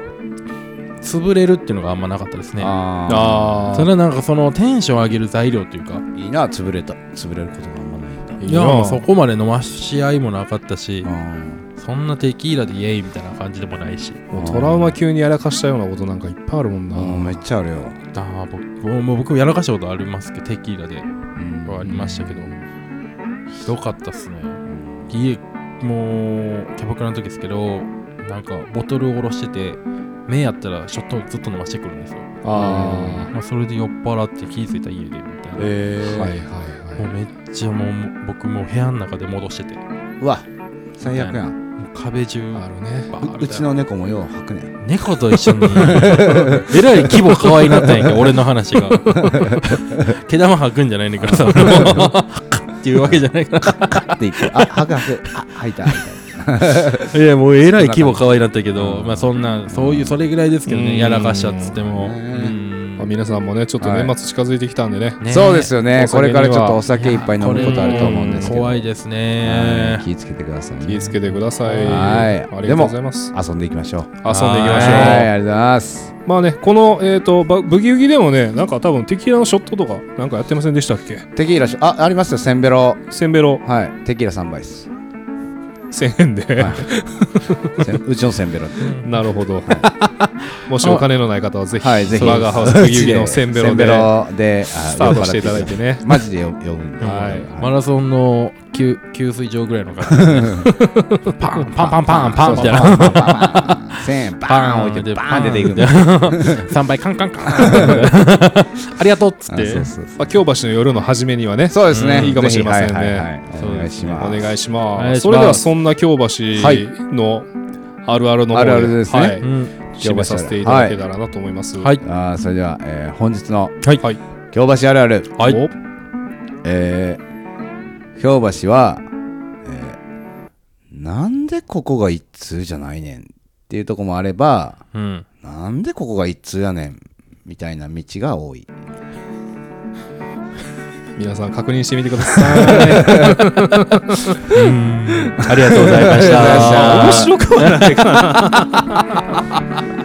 [SPEAKER 3] 潰れるっていうのがあんまなかったですね
[SPEAKER 1] あ
[SPEAKER 2] あ
[SPEAKER 3] そ
[SPEAKER 2] あ
[SPEAKER 3] れはなんかそのテンション上げる材料というか
[SPEAKER 1] あいいな潰れた潰れることがあんまないんだ
[SPEAKER 3] いやもうそこまで飲まし合いもなかったし
[SPEAKER 1] あ
[SPEAKER 3] そんなテキーラでイエイみたいな感じでもないし
[SPEAKER 2] もうトラウマ級にやらかしたようなことなんかいっぱいあるもんな、
[SPEAKER 1] ーうんめっちゃあるよ、
[SPEAKER 3] だー僕もう僕もやらかしたことありますけどテキーラで
[SPEAKER 1] うん
[SPEAKER 3] はありましたけどひどかったっすね家もうキャバクラの時ですけどなんかボトルを下ろしてて目やったらショットずっと飲ましてくるんですよ、
[SPEAKER 1] あ
[SPEAKER 3] まあ、それで酔っ払って気づいたら家でみたい
[SPEAKER 1] あ
[SPEAKER 3] な、
[SPEAKER 1] えー
[SPEAKER 2] はいはい
[SPEAKER 3] も
[SPEAKER 2] は
[SPEAKER 3] うめっちゃもう僕もう部屋の中で戻しててもう
[SPEAKER 1] うわ最悪やん
[SPEAKER 3] 壁中
[SPEAKER 2] いあるね
[SPEAKER 3] バーみたいうな
[SPEAKER 1] うちの猫もよう吐くね ん
[SPEAKER 3] 猫と一緒にえらい規模可愛いなったんやんか俺の話が 毛玉吐くんじゃないねんから さっていうわけじゃないから
[SPEAKER 1] って言ってあ吐く吐くあ吐いた吐い
[SPEAKER 3] いやもうえらい規模可愛いなったけど、まあそんなそういうそれぐらいですけど
[SPEAKER 2] うん
[SPEAKER 3] ねやらかしちゃっつっても、
[SPEAKER 1] ね
[SPEAKER 3] うん
[SPEAKER 2] まあ、皆さんもねちょっと年末近づいてきたんでね、
[SPEAKER 1] たそうですよね
[SPEAKER 2] お酒
[SPEAKER 1] こ
[SPEAKER 2] には
[SPEAKER 1] れからちょっとお酒いっぱい飲むことあると思うんですけど
[SPEAKER 3] 怖いですね
[SPEAKER 1] はい気をつけてくださいね
[SPEAKER 2] 気をつけてください
[SPEAKER 1] はい
[SPEAKER 2] ありがとうございます遊
[SPEAKER 1] 遊んでいきましょう
[SPEAKER 2] んでいきましょう
[SPEAKER 1] はいありがとうございます
[SPEAKER 2] まあねこの、えー、とばブギウギでもねなんか多分テキーラのショットとかなんかやってませんでしたっけ
[SPEAKER 1] テキーラしあありますよせんべろ
[SPEAKER 2] せんべろ
[SPEAKER 1] はいテキーラ3杯です
[SPEAKER 2] 1000円で、
[SPEAKER 1] はせんうちのせんべろ
[SPEAKER 2] なるほど、もしお金のない方はぜ ひ、
[SPEAKER 1] はいぜひ
[SPEAKER 2] バーガーハウスブギウギのせんべろで
[SPEAKER 1] で
[SPEAKER 2] ス
[SPEAKER 1] ス
[SPEAKER 2] タートしていただいてね
[SPEAKER 1] マジでよ呼ぶんで
[SPEAKER 2] はい
[SPEAKER 3] マラソンの給給水場ぐらいの感じで パンパンパンパンパンみたいな
[SPEAKER 1] なせん
[SPEAKER 3] パ
[SPEAKER 1] バーン
[SPEAKER 3] ン
[SPEAKER 1] 置いて
[SPEAKER 3] で
[SPEAKER 1] バ
[SPEAKER 3] パ
[SPEAKER 1] ーン
[SPEAKER 3] ン
[SPEAKER 1] 出
[SPEAKER 3] 出
[SPEAKER 1] て
[SPEAKER 3] て
[SPEAKER 1] い
[SPEAKER 3] い
[SPEAKER 1] く
[SPEAKER 3] く
[SPEAKER 1] ん
[SPEAKER 3] ん
[SPEAKER 1] だ
[SPEAKER 3] だ
[SPEAKER 1] よ
[SPEAKER 3] 3倍カンカンカ ンありがとうっつっ
[SPEAKER 1] あ
[SPEAKER 3] て
[SPEAKER 1] そうそうそう
[SPEAKER 2] まあ、京橋の夜の初めにはね
[SPEAKER 1] そうですね
[SPEAKER 2] うんいいかもしれませんね
[SPEAKER 1] ぜひはいはいはいお願いし
[SPEAKER 2] お
[SPEAKER 1] ます
[SPEAKER 2] 願いしま
[SPEAKER 3] お
[SPEAKER 2] す
[SPEAKER 3] 願いします
[SPEAKER 2] それではそんな京橋のあるあるの方
[SPEAKER 1] あるあるですね
[SPEAKER 2] はい
[SPEAKER 3] うん
[SPEAKER 2] 締めさせていただけたらなと思います
[SPEAKER 3] はい
[SPEAKER 1] あーそれではえー本日の
[SPEAKER 2] はいはい
[SPEAKER 1] 京橋あるある
[SPEAKER 3] はい
[SPEAKER 2] お
[SPEAKER 1] えー、京橋は、えーなんでここが一通じゃないねんっていうとこもあれば
[SPEAKER 3] うん
[SPEAKER 1] なんでここが一通やねんみたいな道が多い
[SPEAKER 2] 皆さん確認してみてください
[SPEAKER 3] ありがとうございまし
[SPEAKER 1] ありがとうございました
[SPEAKER 2] 面白くはないかな